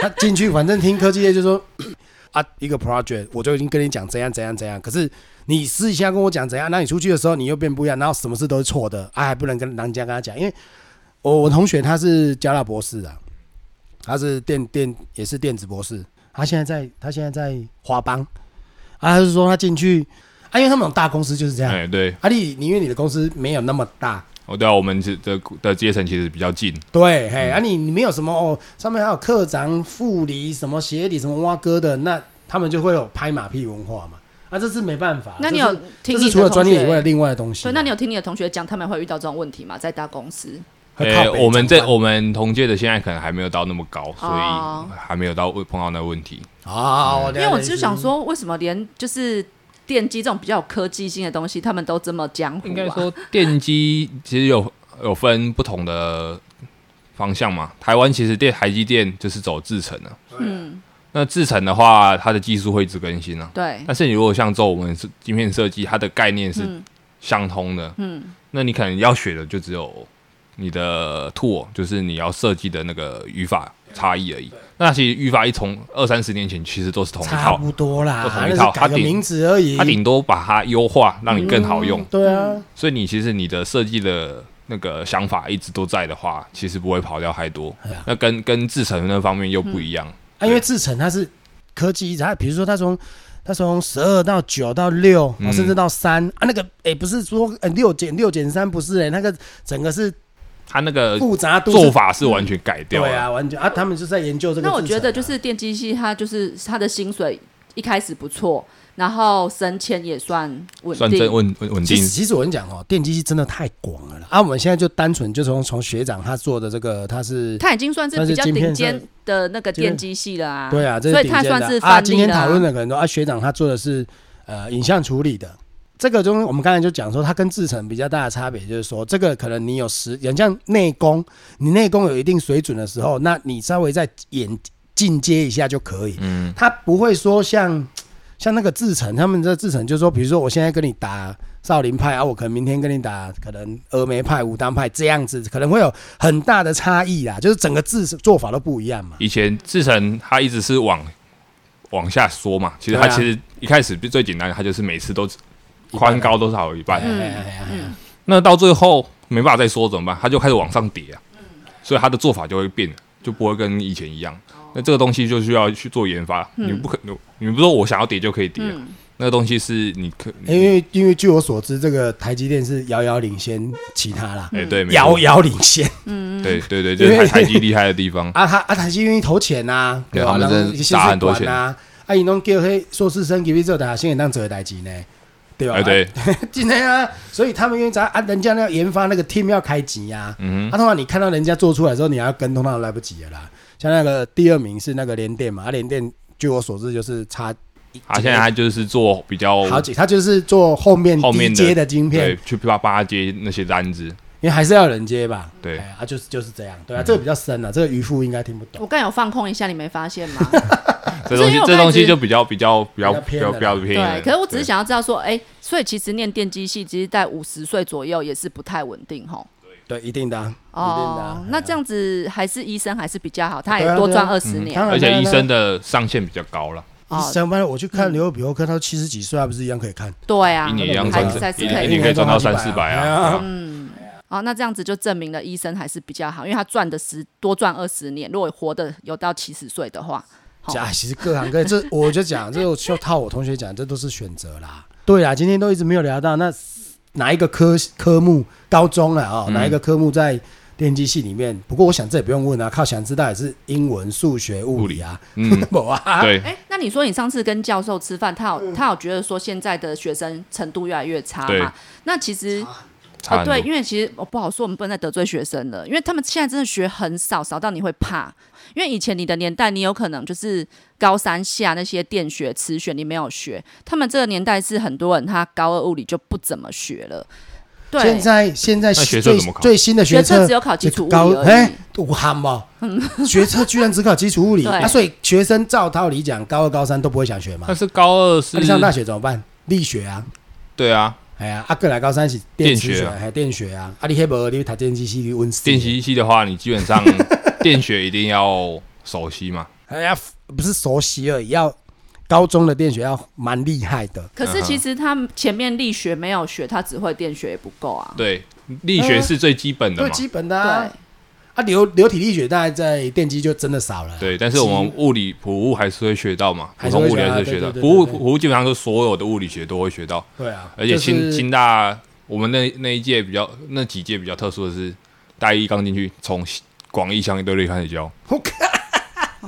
他进去反正听科技业就说。 啊，一个 project 我就已经跟你讲怎样怎样怎样，可是你私底下跟我讲怎样，那你出去的时候你又变不一样，然后什么事都是错的，啊，还不能跟人家跟他讲，因为我我同学他是加大博士啊，他是电电也是电子博士，他现在在他现在在华邦，啊，他是说他进去，啊，因为他们有大公司就是这样，
哎、对，
啊你，你因为你的公司没有那么大，
哦，对啊，我们是的的阶层其实比较近，
对，
嗯
嘿，啊你你没有什么哦，上面还有课长、副理、什么协理、什么蛙哥的，那他们就会有拍马屁文化嘛。啊，这是没办法。
那你
这
有
是
听
这是
你的
除了
同
专业以外
学？
另外的东西啊
所
嘛。
以那你有听你的同学讲他们会遇到这种问题吗？在大公司？
很靠北
哎呃我们这
长官
我们同届的现在可能还没有到那么高，所
哦
以还没有到会碰到那个问题。
啊，我
因为我就想说，为什么连就是电机这种比较有科技性的东西，他们都这么江湖、啊？
应该说，电机其实有有分不同的方向嘛。 台湾其实电台积电就是走制程的、
嗯，
那制程的话，它的技术会一直更新啊。
嗯
对，
呃
但是你如果像做我们是晶片设计，它的概念是
嗯
相通的，
嗯，
那你可能要学的就只有你的 tool，就是你要设计的那个语法差异而已。那其实语法一从二三十年前其实都是同一
嗯差
套，
不多啦
都，同一
那
套
是改
他
个
顶
名字而已。
它顶多把它优化，让你更好用。
对
嗯
啊，
所以你其实你的设计的那个想法一直都在的话，其实不会跑掉太多。
哎
那跟跟制程那方面又不一样。
啊，因为制程它是科技一直，它比如说它从它从十二到九到六、啊，
嗯
甚至到三啊，那个哎、不是说呃六减六减三不是哎、那个整个是
它那个
复杂度是
呃做法是完全改掉
对
了。
啊，完全啊，他们就在研究这个、
那我觉得就。是电机系，他就是他的薪水一开始不错，然后升迁也算稳
算
定
正。稳稳稳
其
定
实，，其实我跟你讲哦，电机系真的太广了啦。啊，我们现在就单纯就从从学长他做的这个，他是
他已经算是
算是
比较
晶片
顶尖
设
的那个
晶片
电机系了啊，
对啊，这
所
是
以他
顶尖
算
的
是
啊，
范
今
例
天
了
讨
啊
论。的可能都啊，学长他做的是呃影像处理的。这个中，我们刚才就讲说，它跟制程比较大的差别就是说，这个可能你有实，很像内功，你内功有一定水准的时候，那你稍微再演进阶一下就可以。
嗯，
它不会说像像那个制程，他们这制程就是说，比如说我现在跟你打少林派啊，我可能明天跟你打可能峨眉派、武当派这样子，可能会有很大的差异啦，就是整个制做法都不一样嘛。
以前制程它一直是往往下缩嘛，其实它
对啊
其实一开始最简单，它就是每次都
一半
宽高都是好一半，
哎哎哎哎哎
那到最后没办法再缩怎么办？它就开始往上叠啊，所以它的做法就会变，就不会跟以前一样。那这个东西就需要去做研发，你不可能，你不是说我想要叠就可以叠啊、那个东西是你可，
因为因为据我所知，这个台积电是遥遥领先其他啦，
哎、对，没错
遥，遥领先
对对对，这、就
因为。
是台台积厉害的地方
啊！他啊，台积愿意投钱呐、
对
吧？
他们
然后
真的
薪水
砸很多
管啊！啊，伊拢叫迄硕士生给你做大，先给当做代志呢，对吧？
哎、对，
今天啊，所以他们愿意砸啊，人家要研发那个 team 要开机呀、啊，
嗯
啊，通常你看到人家做出来之后，你还要跟，通常都来不及了啦。像那个第二名是那个联电嘛，啊，联电据我所知就是差
哼，它啊现在它就是做比较
好几，他就是做后面
哦后面
低
的
阶的晶片
对，，去帮帮他接那些单子，
因为还是要有人接吧。
对嗯
哎啊，就是就是这样，对啊，这个比较深了，这个渔夫应该听不懂。
我刚有放空一下，你没发现 吗？
这东
因为
西
我
这
刚才
东
只是
西就比较比较比较
比
比
较偏的啦
较比较偏了。
对，可是我只是
对
想要知道说，哎、所以其实念电机系，其实在五十岁左右也是不太稳定吼。
对，一定的啊，一定的
哦
啊。，
那这样子还是医生还是比较好，他
对
也
啊
多赚
对
二十年。
当然
而且医生
的
的上限比较高了，
医
哦，
生，不然我去看刘比欧科，他七十几岁还不是一样可以看？
对啊
一，年一样
还
赚
是还是，
一
可
年一
以。
年可以赚到
一年
三
赚
四
到
百
几百啊
啊。对啊
哦，那这样子就证明了医生还是比较好，因为他赚的十多赚二十年，如果活的有到七十岁的话，好
假，其实各行各业，这我就讲，这我就套我同学讲，这都是选择啦。对啦，今天都一直没有聊到那哪一个科科目，高中了啊、哦，
嗯
哪一个科目在电机系里面？不过我想这也不用问啊，靠想知道也是英文、数学、物理啊，
嗯，
没啊，
对，
哎、那你说你上次跟教授吃饭，他有、
嗯
他有觉得说现在的学生程度越来越差
对
嘛？那其实
差
哦，
很多
对，因为其实我不好说，我们不能再得罪学生了，因为他哦们现在真的学很少，少到你会怕。因为以前你的年代，你有可能就是高三下那些电学、磁学你没有学，他们这个年代是很多人他高二物理就不怎么学了。对，
现在现在
那学测
最
怎么考
最新的
学
测
测只有考基础物理
高
而已嗯
哎，武汉嘛， 学测居然只考基础物理，
对
啊，所以学生照道理讲，高二高三都不会想学嘛。
但是高二
那
是
哎你上大学怎么办？力学啊，
对啊，
哎呀，啊，过来高三是电磁学
电学啊，
还电学啊，啊，你黑无你读电机系你温死
电，习系的话，你基本上电学一定要熟悉嘛。
哎呀，不是熟悉而已，要高中的电学要蛮厉害的。
可是
嗯哼
其实他们前面力学没有学，他只会电学也不够啊。
对，力学是最基本的
最
嘛。
基本的
对，
啊，啊流流体力学大概在电机就真的少了，
对，但是我们物理普物还是会学到嘛，
还
普
是会学
通物理还是会学
啊对对
到，
对
普物
对对
普物基本上是所有的物理学都会学到，
对啊，
而且
就是
清清大我们那那一届比较那几届比较特殊的是，大一刚进去从广义相对论开始教，
我靠，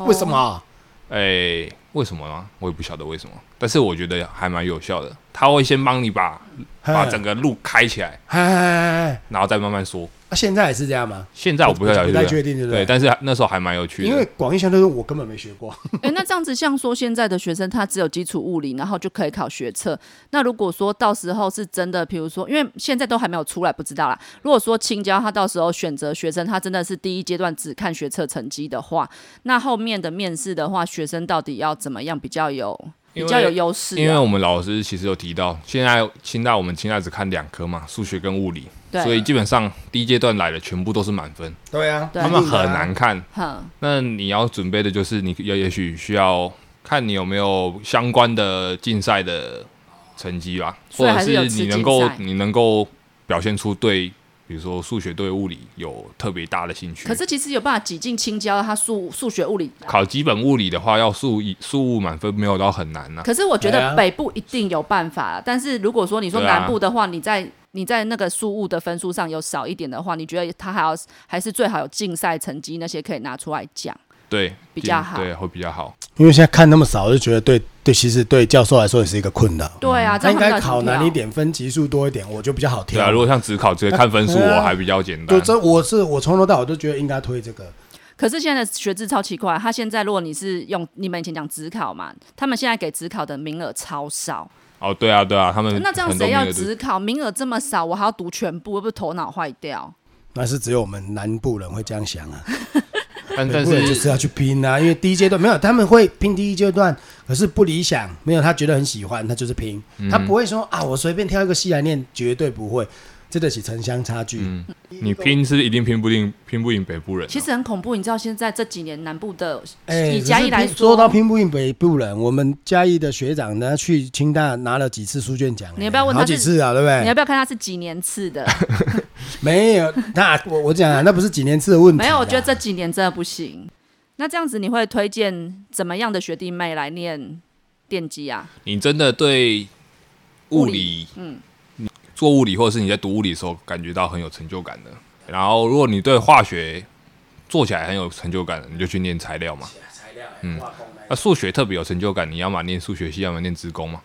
为什
哦
么？啊
哎，为什么呢？我也不晓得为什么，但是我觉得还蛮有效的，他会先帮你把把
嘿
整个路开起来，
哎哎哎哎，
然后再慢慢缩，
啊现在也是这样吗？
现在我不太了
不太
解，
确定，对不
对，但是还那时候还蛮有趣
因为
的。
广义相对论我根本没学 过，
诶，那这样子像说现在的学生他只有基础物理，然后就可以考学测。那如果说到时候是真的，比如说，因为现在都还没有出来，不知道啦。如果说青椒他到时候选择学生，他真的是第一阶段只看学测成绩的话，那后面的面试的话，学生到底要怎么样比较有
因
比
为
较有优势、
因为
啊？
我们老师其实有提到，现在清大我们清大只看两科嘛，数学跟物理，
对，
所以基本上第一阶段来的全部都是满分，
对啊，
对
他们很难
一定的啊，
看。
哼，
那你要准备的就是你也也许需要看你有没有相关的竞赛的成绩吧，
所
或
以
者
还是有
你
吃
能
竞
够
赛
你能够表现出对，比如说数学对物理有特别大的兴趣。
可是其实有办法挤进青椒，他数数学、物理。
考基本物理的话，要数一数物满分没有到很难呐、
可是我觉
对
得
啊
北部一定有办法啊，但是如果说你说
对啊
南部的话，你在你在那个数物的分数上有少一点的话，你觉得他还要还是最好有竞赛成绩那些可以拿出来讲。
嗯
对，
比较好
对，会比较好。
因为现在看那么少，我就觉得对对，其实对教授来说也是一个困扰。
对啊，这
他
样
应
会
该
比较
考
有票
难一。点，分级数多一点，我就比较好
对
挑。
啊，如果像只考直接看分 数，
对啊
我还比较简单
就。这，我是我从头到尾都觉得应该推这个。
可是现在的学制超奇怪，他现在如果你是用你们以前讲职考嘛，他们现在给职考的名额超少，
哦，对啊，对啊，他
嗯
们
那这样
很多
谁要
名额都
职考？名额这么少，我还要读全部，会不会头脑坏掉？
那是只有我们南部人会这样想啊，
但但
北部人就是是要去拼啊，因为第一阶段没有，他们会拼第一阶段，可是不理想，没有他觉得很喜欢，他就是拼，
嗯
他不会说啊，我随便挑一个系来念，绝对不会，这得起城乡差距。
嗯你拼是一定拼不定，拼不赢北部人啊、
其实很恐怖，你知道现在这几年南部的，
哎，
以嘉义
可
来
是拼说到拼不赢北部人，我们嘉义的学长呢去清大拿了几次书卷奖，
你要不要问他
好几
是
次啊，对不对？
你要不要看他是几年次的？
没有，那我我讲啊，那不是几年次的啊问题啦。
没有，我觉得这几年真的不行。那这样子，你会推荐怎么样的学弟妹来念电机啊？
你真的对物理，嗯，做物理或者是你在读物理的时候，感觉到很有成就感的。然后，如果你对化学做起来很有成就感，你就去念材料嘛。
材料，嗯，化工
那数学特别有成就感，你要么念数学系，要么念资工嘛。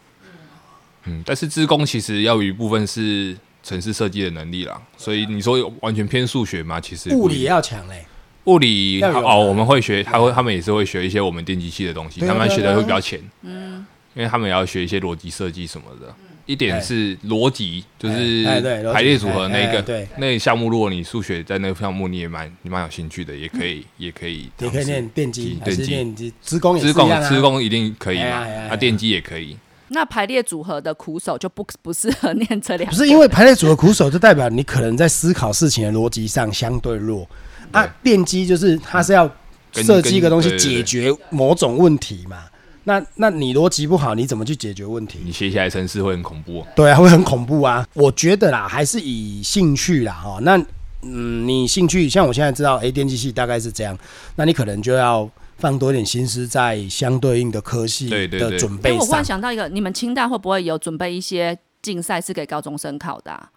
嗯，但是资工其实要有一部分是城市设计的能力啦，所以你说有完全偏数学嘛，其实
物
不一
理也
定
要强嘞，
物理
要有
哦，
的
我们会学，他会他们也是会学一些我们电机系的东西，
对啊
他们
对啊
学
对
的
啊
会比较浅，嗯，因为他们也要学一些逻辑设计什么的。一点是逻辑，就是
嗯哎哎对逻辑
排列组合
哎
那
哎
个
对
那个项目，如果你数学在那个项目你也蛮你蛮有兴趣的，也可以也可以
嗯也可以
尝试
念电机，还
电
是
机。
念机职工也是
资
一样
工
啊。
资工一定可以
哎呀
嘛
哎呀哎？呀
那电机也可以，
那排列组合的苦手就不不适合念这两
不是因为排列组合苦手，就代表你可能在思考事情的逻辑上相对弱。啊，电机就是它是要
跟
设计一个东西
跟对
解
对对
决某种问题嘛。那那你逻辑不好，你怎么去解决问题？
你写起来程式会很恐怖哦。
对啊，会很恐怖啊！我觉得啦，还是以兴趣啦，哈、那嗯，你兴趣像我现在知道，诶，电机系大概是这样，那你可能就要放多点心思在相对应的科系
对对
的
对
准备
因为我忽
上。
然想到一个，你们清大会不会有准备一些竞赛是给高中生考的、啊？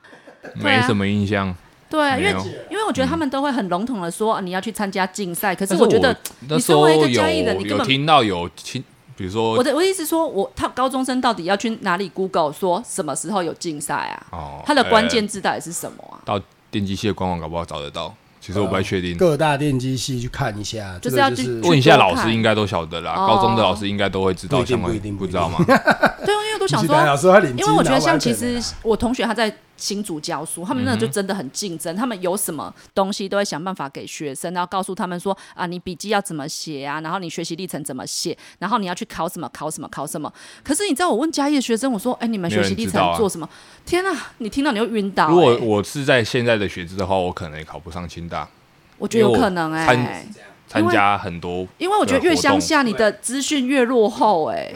对啊
没什么印象。
对，因为
没有
因为我觉得他们都会很笼统的说、啊你要去参加竞赛，可是
但
我觉得
那
你
时
身
候
为
有
一个嘉义人你根
有
本
听到有亲，比如
我
说
的我的意思是说，我他高中生到底要去哪里 Google 说什么时候有竞赛啊？
哦，
他的关
呃
键字到底是什么啊？
到电机系的官网搞不好找得到，其实我不太确定。
啊各大电机系去看一下，
就是
这个
要
就
去
是
问一下老
去
师，
多看
应该都晓得啦。
哦
高中的老师应该都会知
不一
道
定
相关
不一定，
不
不一定
知道吗？
对，啊因为我都想
你去
说，
打老师他领
因为我觉得像其实我同学他在新竹教书，他们那就真
嗯
的很竞争，他们有什么东西都会想办法给学生，然后告诉他们说啊，你笔记要怎么写啊，然后你学习历程怎么写，然后你要去考什么考什么考什么。可是你知道我问嘉义的学生，我说哎，你们学习历
没有人知道
程
啊
做什么？天啊，你听到你会晕倒、
如果
哎
我是在现在的学制的话，我可能也考不上清大，
我觉得有可能
因
哎、
为我参参加很多
因为我觉得越乡下你的资讯越落后哎、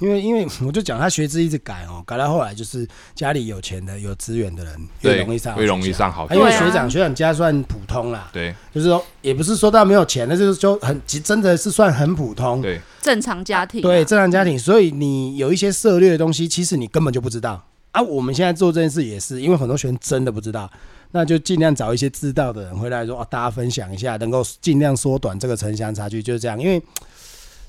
因为因为我就讲他学制一直改哦，改到后来就是家里有钱的、有资源的人越
对
容易上好
越容易
学校。
上好
啊因为
对啊
学长学长家算普通啦，
对
就是说也不是说到没有钱，但是就很其真的是算很普通，
对
正常家庭、啊、
对正常家庭，所以你有一些涉猎的东西，其实你根本就不知道啊。我们现在做这件事也是，因为很多学生真的不知道，那就尽量找一些知道的人回来说，哦，大家分享一下，能够尽量缩短这个城乡差距，就是这啊样。因为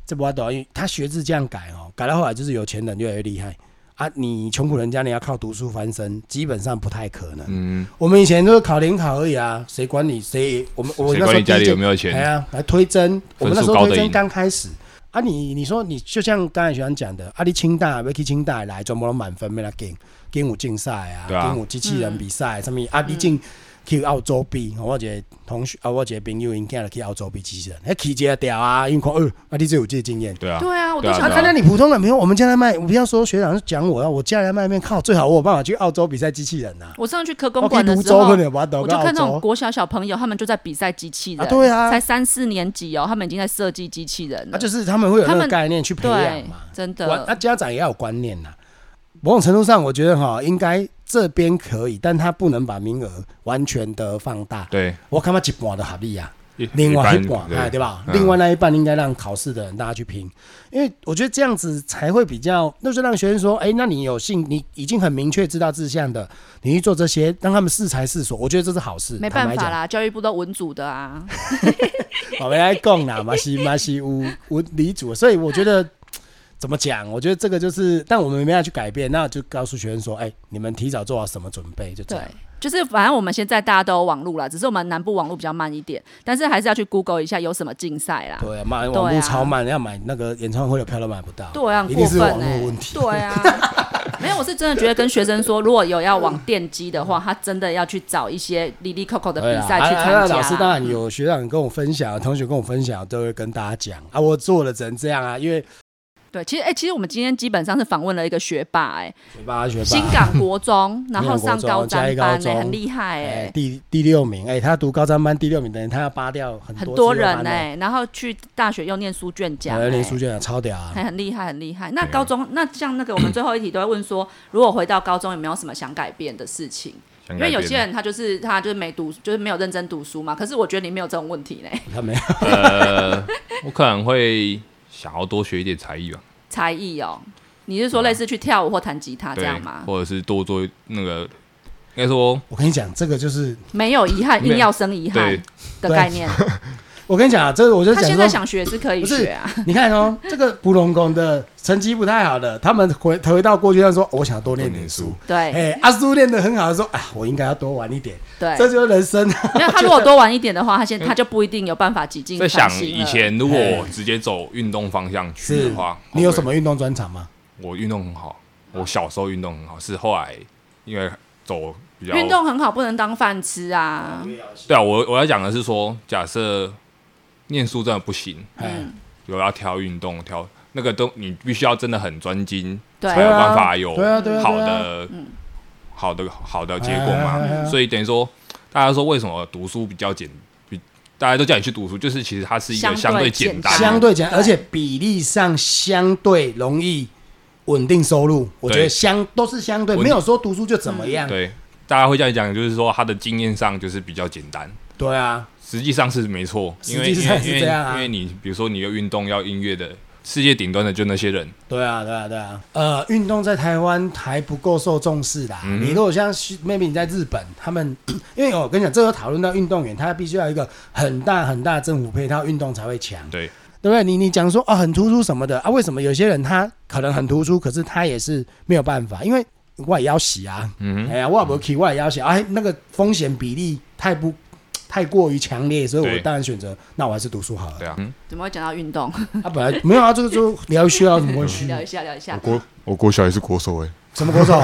这不阿懂，因为他学制这样改哦，改到后来就是有钱人越来越厉害。啊，你穷苦人家你要靠读书翻身，基本上不太可能。
嗯，
我们以前都是考联考而已啊，谁管你谁？我们我
谁
那时
管
候
你家
第一
里
届
有没有
哎
钱？
呀，来推甄，我们那时
分数
候
高
推
的
甄
赢
刚开始啊你，你说你就像刚才学长讲的，啊，你清大要去清大来，全部都满分，要来给给我竞赛啊，
对啊
给我机
嗯
器人比赛什么，啊，你进去澳洲比，我有一个同学啊，我有一个朋友因囝就去澳洲比机器人，那起价掉啊，因为看呃，啊，你只有这个经验。
对啊，
对啊，我
对
都
啊
啊，
想
对
看
啊
那你普通人，没有，我们家在卖，我不要说学长讲我啊，我家在卖面靠，最好我有办法去澳洲比赛机器人呐、啊。
我上去科公
我去
馆的
泸
时
州，
候
可，能把它
我
导
就
到澳
看那种
洲。
国小小朋友，他们就在比赛机器
啊，
人，
对啊，
才三四年级哦，他们已经在设计机器人了，
啊，就是他们会有那
他
个
们
概念去培养
对
嘛。，
真
观那
的，
家长也要有观念呐。某种程度上，我觉得哈，应该这边可以，但他不能把名额完全的放大。
对，
我看到一半的合理啊，
一
另外
一
一半，哎，
般
对吧？
嗯
另外那一半应该让考试的人大家去拼，因为我觉得这样子才会比较，那就让学生说，哎，那你有兴，你已经很明确知道志向的，你去做这些，让他们适才适所，我觉得这是好事。
没
坦
办
白
法
讲，
啦，教育部都文组 的啊，
我们来讲啦，马西马西乌乌李主，所以我觉得怎么讲？我觉得这个就是，但我们没办法去改变，那就告诉学生说，哎、你们提早做好什么准备，就这
对
样。。
就是反正我们现在大家都有网络啦，只是我们南部网络比较慢一点，但是还是要去 Google 一下有什么竞赛啦。
对啊，买
对啊
网络超慢，要买那个演唱会的票都买不到。
对啊，
一
很
定
过
是
分
网
哎、
络问题。
对啊，没有，我是真的觉得跟学生说，如果有要往电机的话，他真的要去找一些里里扣扣的
对啊
比赛去
啊
参
啊
加。
那老师当然有学长跟我分享，同学跟我分享，都会跟大家讲啊，我做了只能这样啊，因为
对，其实哎、其实我们今天基本上是访问了一个学霸哎、
学霸学
新
霸。
港国 中，然后上高
嘉
三
义高
班哎、
中
很厉害哎、
哎，第第六名，哎，他读高三班第六名，等于他要扒掉很
很
多欸
多
资源
人
班呢
哎、然后去大学又念书卷奖、
还有林
哎
书卷啊超屌啊！
还很厉害，很厉害。那
对啊
高中，那像那个我们最后一题都会问说，如果回到高中有没有什么想改变的事情？
想
因
改
为有
变
些人他就是他就是没读，就是没有认真读书嘛。可是我觉得你没有这种问题嘞，
他没
呃，我可能会想要多学一点才艺吧，
才艺哦。你是说
啊
类似去跳舞或弹吉啊他这
对
样吗，？
或者是多做那个，应该说
我跟你讲，这个就是
没有遗憾，
没有
硬要生遗憾
对
的概念。
我跟你讲啊，这个我就
他现
讲说，
在想学是可以
不是
学啊，
你看哦，这个布隆宫的成绩不太好的，他们回回到过去，他说哦我想多练点书。
对
哎，阿叔练得很好的时候，啊，我应该要多玩一点，
对。
这就是人生。啊
没有他如果多玩一点的话，他现他就不一定有办法挤进
在想
繁星
以
了
前如果
嘿
我直接走运动方向去
是
的话，
你有
会
什么运动专长吗？
我运动很好，
啊
我小时候运动很好，是后来因为走比较
运动很好，不能当饭吃啊。
对啊，我我要讲的是说，假设念书真的不行，
哎，
有要挑运动，挑那个都你必须要真的很专精，
对
才有办法有
啊对啊对啊对啊
好的、好的好的结果
哎哎哎哎
嘛。所以等于说，大家说为什么读书比较简，比大家都叫你去读书，就是其实它是一个
相
相
对
对
简
简
单
单，
相对讲，
对
而且比例上相对容易稳定收入，我觉得
对
相都是相对，
稳定
没有说读书就怎么样。
对。大家会这样讲，就是说他的经验上就是比较简单，
对啊，
实际上是没错，因为
实际上是
因为
这样啊
因为你比如说你有运动要音乐的，世界顶端的就那些人，
对啊，对啊，对啊。呃，运动在台湾还不够受重视啦。
嗯
你如果像是 maybe 你在日本，他们 因为我跟你讲，这有讨论到运动员，他必须要有一个很大很大的政府配套，运动才会强，
对
对不对？你你讲说啊，很突出什么的啊？为什么有些人他可能很突出，可是他也是没有办法，因为我也要洗啊，
嗯哼
哎呀，我也不去，我也要洗，哎，那个风险比例太不太过于强烈，所以我
对
当然选择，那我还是读书好了。
对啊，嗯，
怎么会讲到运动？
他、本来没有啊，这个就聊需要什么关系？
嗯
聊一下，聊一下。
国我国小也是国手哎、
什么国手？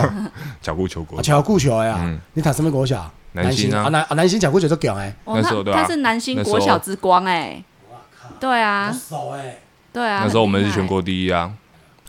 脚步球国
啊，巧固球的啊，
嗯
你读什么国小？
南
兴
兴啊
啊，南啊南兴巧固球就强哎，
哦，
那
他
时候对啊
他是南兴
那时
国小
候
之光哎、对啊，
手哎，
对啊。
那时候我们是
很厉害
全，国第一啊，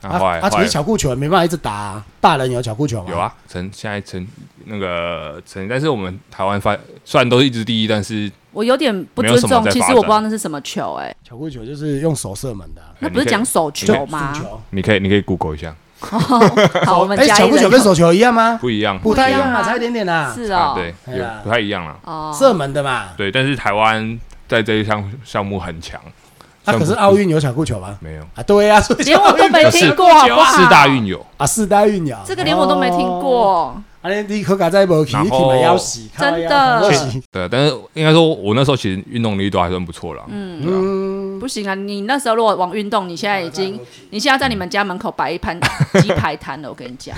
啊，后
啊
来
啊，
后
其
来
实巧固球没办法一直打啊，大人有巧固球吗？
有，啊，成现在成那个成，但是我们台湾发虽然都是一直第一，但是
我有点不
没有
尊
什么
重，
在
其
发
实我不知道
展
那是什么球哎、
巧固球就是用手射门的啊，
那不是讲手球
啊
吗
速？球。
你可以你可以 Google 一下，
好，我们
哎，
加
巧
一
固球
啊人
跟手球一样吗？
不一样，
不太一样
不一样
啊，
啊
差一点点啊，
是
啊
哦，，
对，
哎
有
呀
不太一样了，
哦，
射门的嘛。
对，但是台湾在这一项项目很强，
啊，
像
可是
不
奥运有巧固球吗？
没有，
啊，对啊，所以
连我都没
可
听
是
过，好不好？
四大运有，
啊，四大运鸟，
这个连我都没听
哦。
过，
啊，你你可敢再无去，
然
你
后
去没要死，
真的
靠腰
啊对，但是应该说我那时候其实运动力都还算不错了，
嗯，
不行啊！你那时候如果往运动，你现在 已经，你现在在你们家门口摆一盘鸡排摊了，我跟你 讲。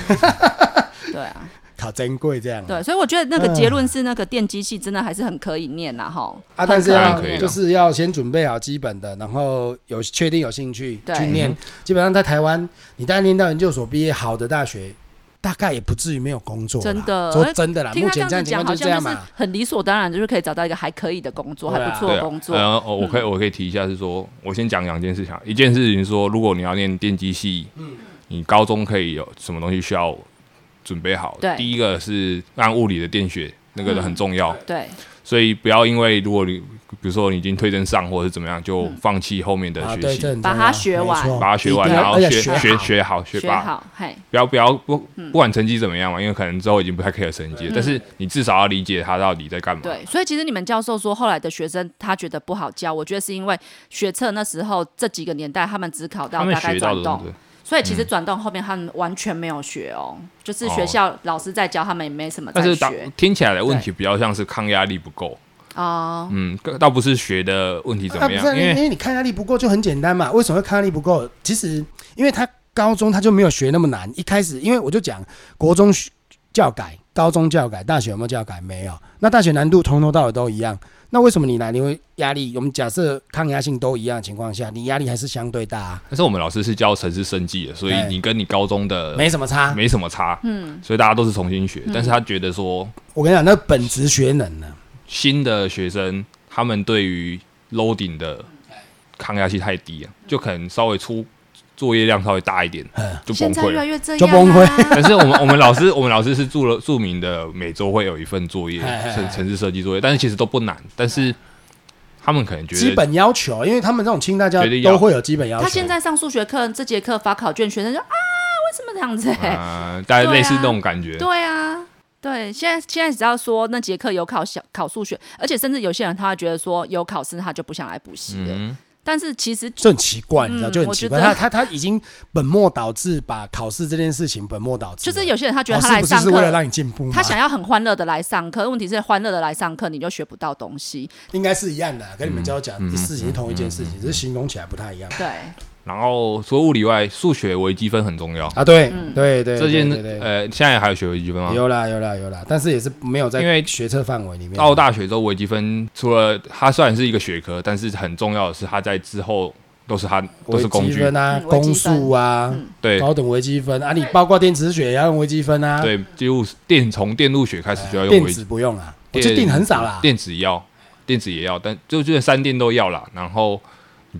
对啊，
好珍贵这样。啊
对，啊所以我觉得那个结论是，那个电机系真的还是很可以念呐、啊，哈。
啊，但是
当然
要
可以啦
就是要先准备好基本的，然后有确定有兴趣
对
去念
嗯。
基本上在台湾，你大概念到研究所毕业，好的大学大概也不至于没有工作啦。
真的
说真的啦，
听
目
他这
前
样
这
子
样情
讲，
况
好
就是这样
像就是
嘛。
很理所当然，就是可以找到一个还可以的工作，还
对啊
不错
对
的
啊
工，作。
然后我可以我可以提一下是说，我先讲两件事情啊，一件事情是说，如果你要念电机系，
嗯
你高中可以有什么东西需要准备好？
对
第一个是按物理的电学那个很重要，
对，
所以不要因为如果你比如说你已经推甄上或者是怎么样，就放弃后面的
啊，
学
对，
习
这，很
把
重
它
要
学完
没错
把它学完，
一定要
然后
而且
学
学
学
好
学好学
学
霸，
好，嘿，
不要不要不
嗯
不管成绩怎么样嘛，因为可能之后已经不太 care 成绩了，但是你至少要理解他到底在干嘛。
对，所以其实你们教授说，后来的学生他觉得不好教，我觉得是因为学测那时候这几个年代，他们只考
他
到
们
大概
学到
转
的东西
动，，所以
嗯
其实转动后面他们完全没有学哦，就是学
哦
校老师在教，他们也没什
哦
么在
但是当
学
听起来的问题比较像是抗压力不够，
哦。
嗯，倒不是学的问题怎
啊，
么
不
样，
是啊，因
因
为因
为
为你抗压力不够就很简单嘛。为什么会抗压力不够？其实因为他高中他就没有学那么难。一开始，因为我就讲国中学教改、高中教改、大学有没有教改？没有。那大学难度从头到尾都一样。那为什么你来你会压力？我们假设抗压性都一样的情况下，你压力还是相对大、啊，
但是我们老师是教城市生计的，所以
对
你跟你高中的
没什么差。
呃没什么差，嗯，所以大家都是重新学，
嗯
但是他觉得说
我跟你讲，那本职学能啊呢？
新的学生他们对于 loading 的抗压性太低了，就可能稍微出作业量稍微大一点就崩
现在
溃
越
了
来。越这
就
样、啊，
崩溃
但是我们我们老师我们老师是著了著名的，每周会有一份作业
哎哎哎
城城市设计作业，但是其实都不难，但是他们可能觉
基
得
本要求，因为他们这种清大教
觉得要
都会有基本要求。
他现在上数学课，这节课发考卷，学生就啊，为什么这样子、欸？
啊，大概类似那种感觉。
对啊，对，现在现在只要说那节课有考小考数学，而且甚至有些人他会觉得说有考试他就不想来补习了，
嗯，
但是其实
就很奇怪，你知道，
嗯
就很奇怪。
我觉
他
得
他他已经本末倒置，把考试这件事情本末倒置
就
了。
是有些
哦
人他觉得
老
他
师
来
不
上
是是为了
课。
让你进步吗？
他想要很欢乐的来上课，问题是欢乐的来上课，你就学不到东西。
应该是一样的啊，跟你们教讲
嗯
的事情是同一件事情，只是形容起来不太一样
对，
然后除了物理外，数学微积分很重要。
啊。对
嗯
对对，
这件
对对对
呃，现在还有学微积分吗？
有啦有啦有啦，但是也是没有在
因为
学测范围里面。
到大学之后，微积分除了它虽然是一个学科，但是很重要的是，它在之后都是它都
微
是工
积
具。
分啊，
嗯微积分嗯
公数啊，
对
高等微积分啊，你包括电子学也要用微积分啊。，
对，几乎是电从电路学开始就要用
电
微
子不用啊，我就定很少啦。
电子要，电子也要，但就就是三电都要啦。然后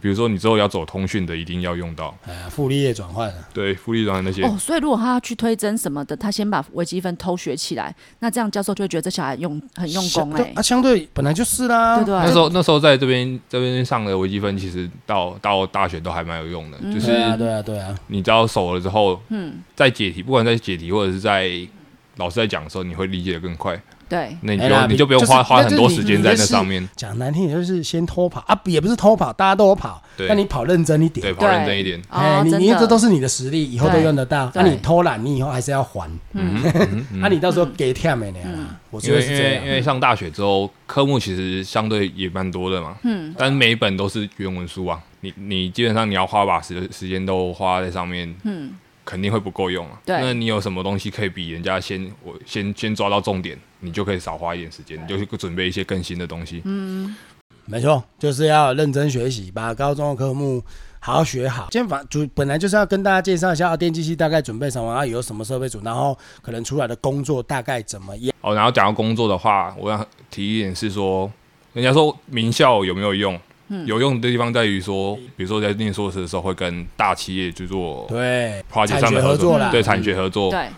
比如说你之后要走通讯的，一定要用到
哎呀，傅立叶转换啊，
对复利转换那些。
哦，所以如果他要去推甄什么的，他先把微积分偷学起来，那这样教授就会觉得这小孩用很用功哎、
相啊，相对本来就是啦。
对对啊
那时
对，
候那时候在这边这边上的微积分，其实到到大学都还蛮有用的，
嗯
就
对啊
是
对啊对啊，
你知道熟了之后，嗯，在解题，不管在解题或者是在老师在讲的时候，你会理解的更快。
对，
那你
哎啦
就你就不用
就是
花花
那
很
就
多
你
时间
你
在
就
那
是
上面，
讲难听点就是先偷跑啊，也不是偷跑，大家都有跑，
对
那你跑认真一点
对，。跑认真一点。
哎，
哦，
你
真
你
的
这都是你的实力，以后都
对
用得到。那
对
你偷懒，你以后还是要还。
嗯哼，嗯哼
那你到时候给跳没呢？
嗯
我觉
因
得
为
是
因
这
为
样
因。为上大学之后，科目其实相对也蛮多的嘛，嗯，但每一本都是原文书啊，你你基本上你要花把时时间都花在上面，嗯，肯定会不够用啊。
对
那你有什么东西可以比人家先我先先抓到重点，你就可以少花一点时间，你就去准备一些更新的东西。嗯，
没错，就是要认真学习，把高中的科目好好学好。今天反主本来就是要跟大家介绍一下啊，电机系大概准备什么，啊，有什么设备组，然后可能出来的工作大概怎么样。
哦，然后讲到工作的话，我想提一点是说，人家说名校有没有用？有用的地方在于说，比如说在念硕士的时候会跟大企业去做
对，
project
产
上
学
的
合作啦，
对产学合作，
对，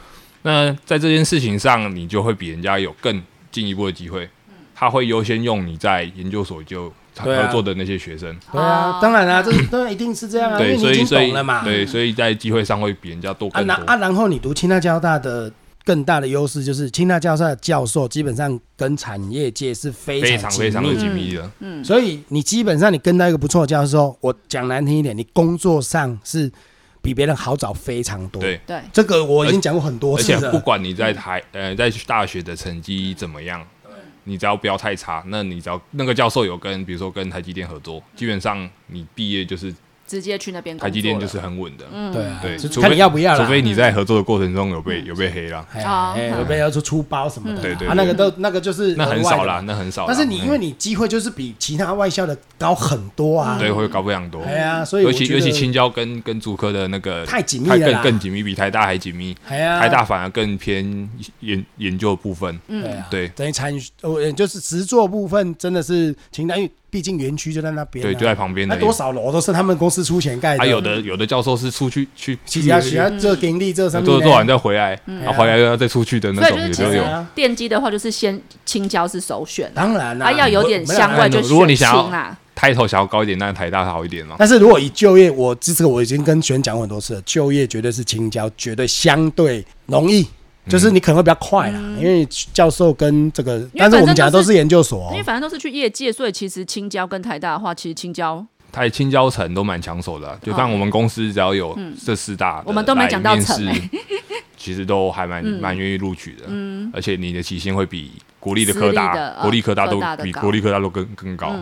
那在这件事情上，你就会比人家有更进一步的机会。他会优先用你在研究所就
对啊
合作的那些学生，
对啊
哦，
当然啦，这是当然一定是这样啊，因为
对，
你
所
已
以
经
所以
懂了嘛。
对，所以在机会上会比人家多
啊，
更
然
多。
啊，然后你读清大交大的更大的优势就是清大交大的教授基本上跟产业界是非
非
常
常非常的
紧密
紧密的，
嗯
的嗯所以你基本上你跟到一个不错的教授，我讲难听一点，你工作上是比别人好找非常多。
对，
对，
这嗯个我已经讲过很多嗯
而
次
且不
了。嗯
管你在台呃在大学的成绩怎么样，你只要不要太差，那你只要那个教授有跟比如说跟台积电合
嗯
作，基本上你毕业就是
直接去那边工作
台
了。
积电就是很稳的。
对啊，
嗯对
就
除非
看你要不要啦
除非你在合作的过程中有被有被黑了，
哎
哦
哎，
嗯
有没有要出出包什么的啦？
对对
啊，那
对
个都那个就是
那很
额外的
少
嘛
啦，那嗯很少啦。
但是你因为你机会就是比其他外校的高很多啊
嗯，对会高非常多，
哎呀，所以
尤
我
其
觉
尤
得
其青椒跟跟竹科的那个
太紧密
它
了啦
更更紧密，比台大还紧密。
哎呀，
台大反而更偏研研究部分，
对啊，
对
等于参与呃就是实作部分真的是清单，因为毕竟园区就在那边啊，
对，就在旁边
那
的。
多少嗯楼都是他们公司出钱盖的，
还有的嗯有的教授是出去去
其他学校这给力这上面
做做完再回来，
嗯
然后回来又要再出去的那种
所以
也
就是
都
其
有
实。电机的话，就是先青椒是首选，
啊当然啦，
啊要有点
我们
香味
那
就
如果你
选
想要
青啦。
抬头想要高一点，那台大好一点嘛。
但是如果以就业，我这次我已经跟学员讲过很多次了，就业绝对是青椒，绝对相对容易，
嗯
就是你可能会比较快啦，
嗯
因为教授跟这个，但是我们讲的都是研究所、
因为
哦，
反正都是去业界，所以其实青椒跟台大的话，其实青椒
台青椒城都蛮抢手的啊，就看我们公司只要有这四大的来面试，
哦嗯我们都没讲到城嗯欸
其实都还蛮蛮愿意录取的，而且你的起薪会比国立的科
私立的
大、
呃
国立科大都
科大的
比
高嗯
国立科大都更更高，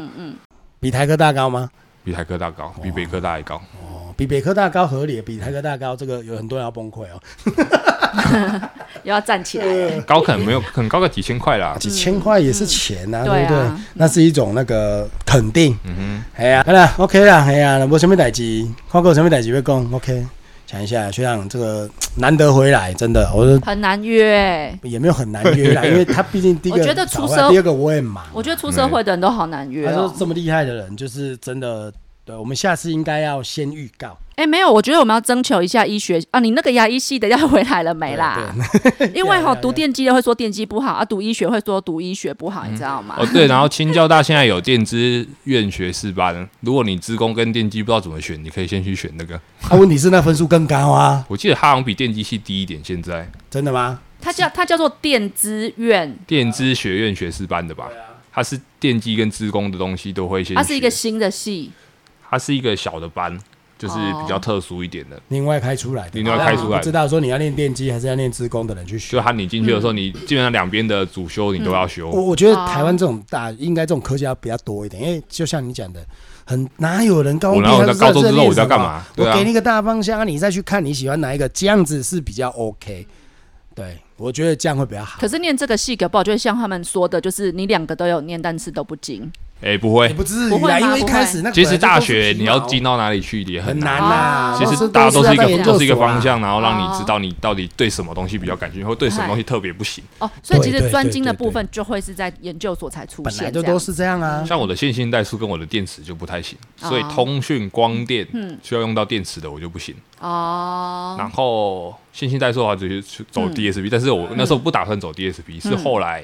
比台科大高吗？
比台科大高，比北科大还高。
哦，比北科大高合理，比台科大高，这个有很多人要崩溃哦，
又要站起来了。
高可能没有，可能高个几千块啦。
几千块也是钱呐、
嗯
对不对？
对啊
那是一种那个肯定，嗯哼，哎呀，好啦 o k 啦，哎呀，无什么代志，看过什么代志要讲，OK，想一下，学长这个难得回来，真的，我说
很难约，欸
也没有很难约 啦，因为他毕竟第一个
我觉得出
早回啊
社
来第二个我也忙，
我觉得出社会的人都好难约
他说
哦。
这么厉害的人，就是真的，对我们下次应该要先预告，
哎，没有，我觉得我们要征求一下医学啊，你那个牙医系的要回来了没啦？因为哈，
对对啊
读电机的会说电机不好啊，读医学会说读医学不好，
嗯
你知道吗
哦，？对，然后清交大现在有电资院学士班，如果你资工跟电机不知道怎么选，你可以先去选那个。
他、问题是 那分数更高啊，
我记得它好像比电机系低一点，现在
真的吗？
它叫它叫做电资院，
电资学院学士班的吧？
啊
它是电机跟资工的东西都会先学。
它是一个新的系，
它是一个小的班，就是
哦
比较特殊一点的。
另外开出来的，
另外开出来的
不知道说你要练电机还是要练职工的人去学
就。它你进去的时候，你基本上两边的主修你都要修。
我我觉得
哦
台湾这种大，应该这种科技要比较多一点，因为就像你讲的，很哪有人高中
我哪有
他
在高中
在
之后
练
我在
什么
干嘛
我
对啊
给你一个大方向，你再去看你喜欢哪一个，这样子是比较 OK。对，我觉得这样会比较好。
可是念这个系搞不好就会像他们说的，就是你两个都有念，但是都不精。
哎、不会
也，不至于
不会
啦，
吗
因为一
不会
开始那个
其
本
实
来就
大
都是
学
皮
你要
毛
进到哪里去也
很
难
难
啊。
啦。
其
都
实大家都
是
是一个
在研究
都是一个
所啊
方向，然后让你
哦
知道你到底对什么东西比较感兴趣，或对什么东西特别不行。
哦，所以其
对对
实专精的
对对
部分就会是在研究所才出
本来
现这
就
样，
都是这样啊。
像我的线性代数跟我的电池就不太行，
哎哦嗯
所以通讯、光电需要用到电池的我就不行。
哦。
然后线性代数的话，就是去走 DSP，、但是我那时候不打算走 DSP，、是后来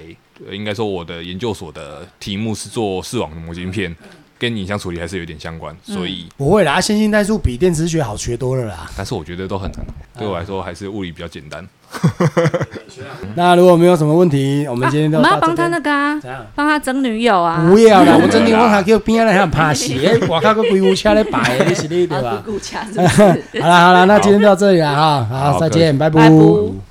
呃应该说我的研究所的题目是做视网膜晶片，跟影像处理还是有点相关，所以、
不会啦，线性代数比电磁学好学多了啦。
但是我觉得都很难，对我来说还是物理比较简单。
那如果没有什么问题，我们今天
啊
就
我们
到
要
这
帮他
边
那个啊
怎样，
帮他争女友啊，
不要啦！
不要啦
我真的我还叫边仔来遐拍死， 诶，外口个鬼屋车咧摆的，你是你对
啊，
吧？
姑姑家是不是？
啊好啦好啦，那今天就到这里了哈，好，
好
再见，拜
拜拜。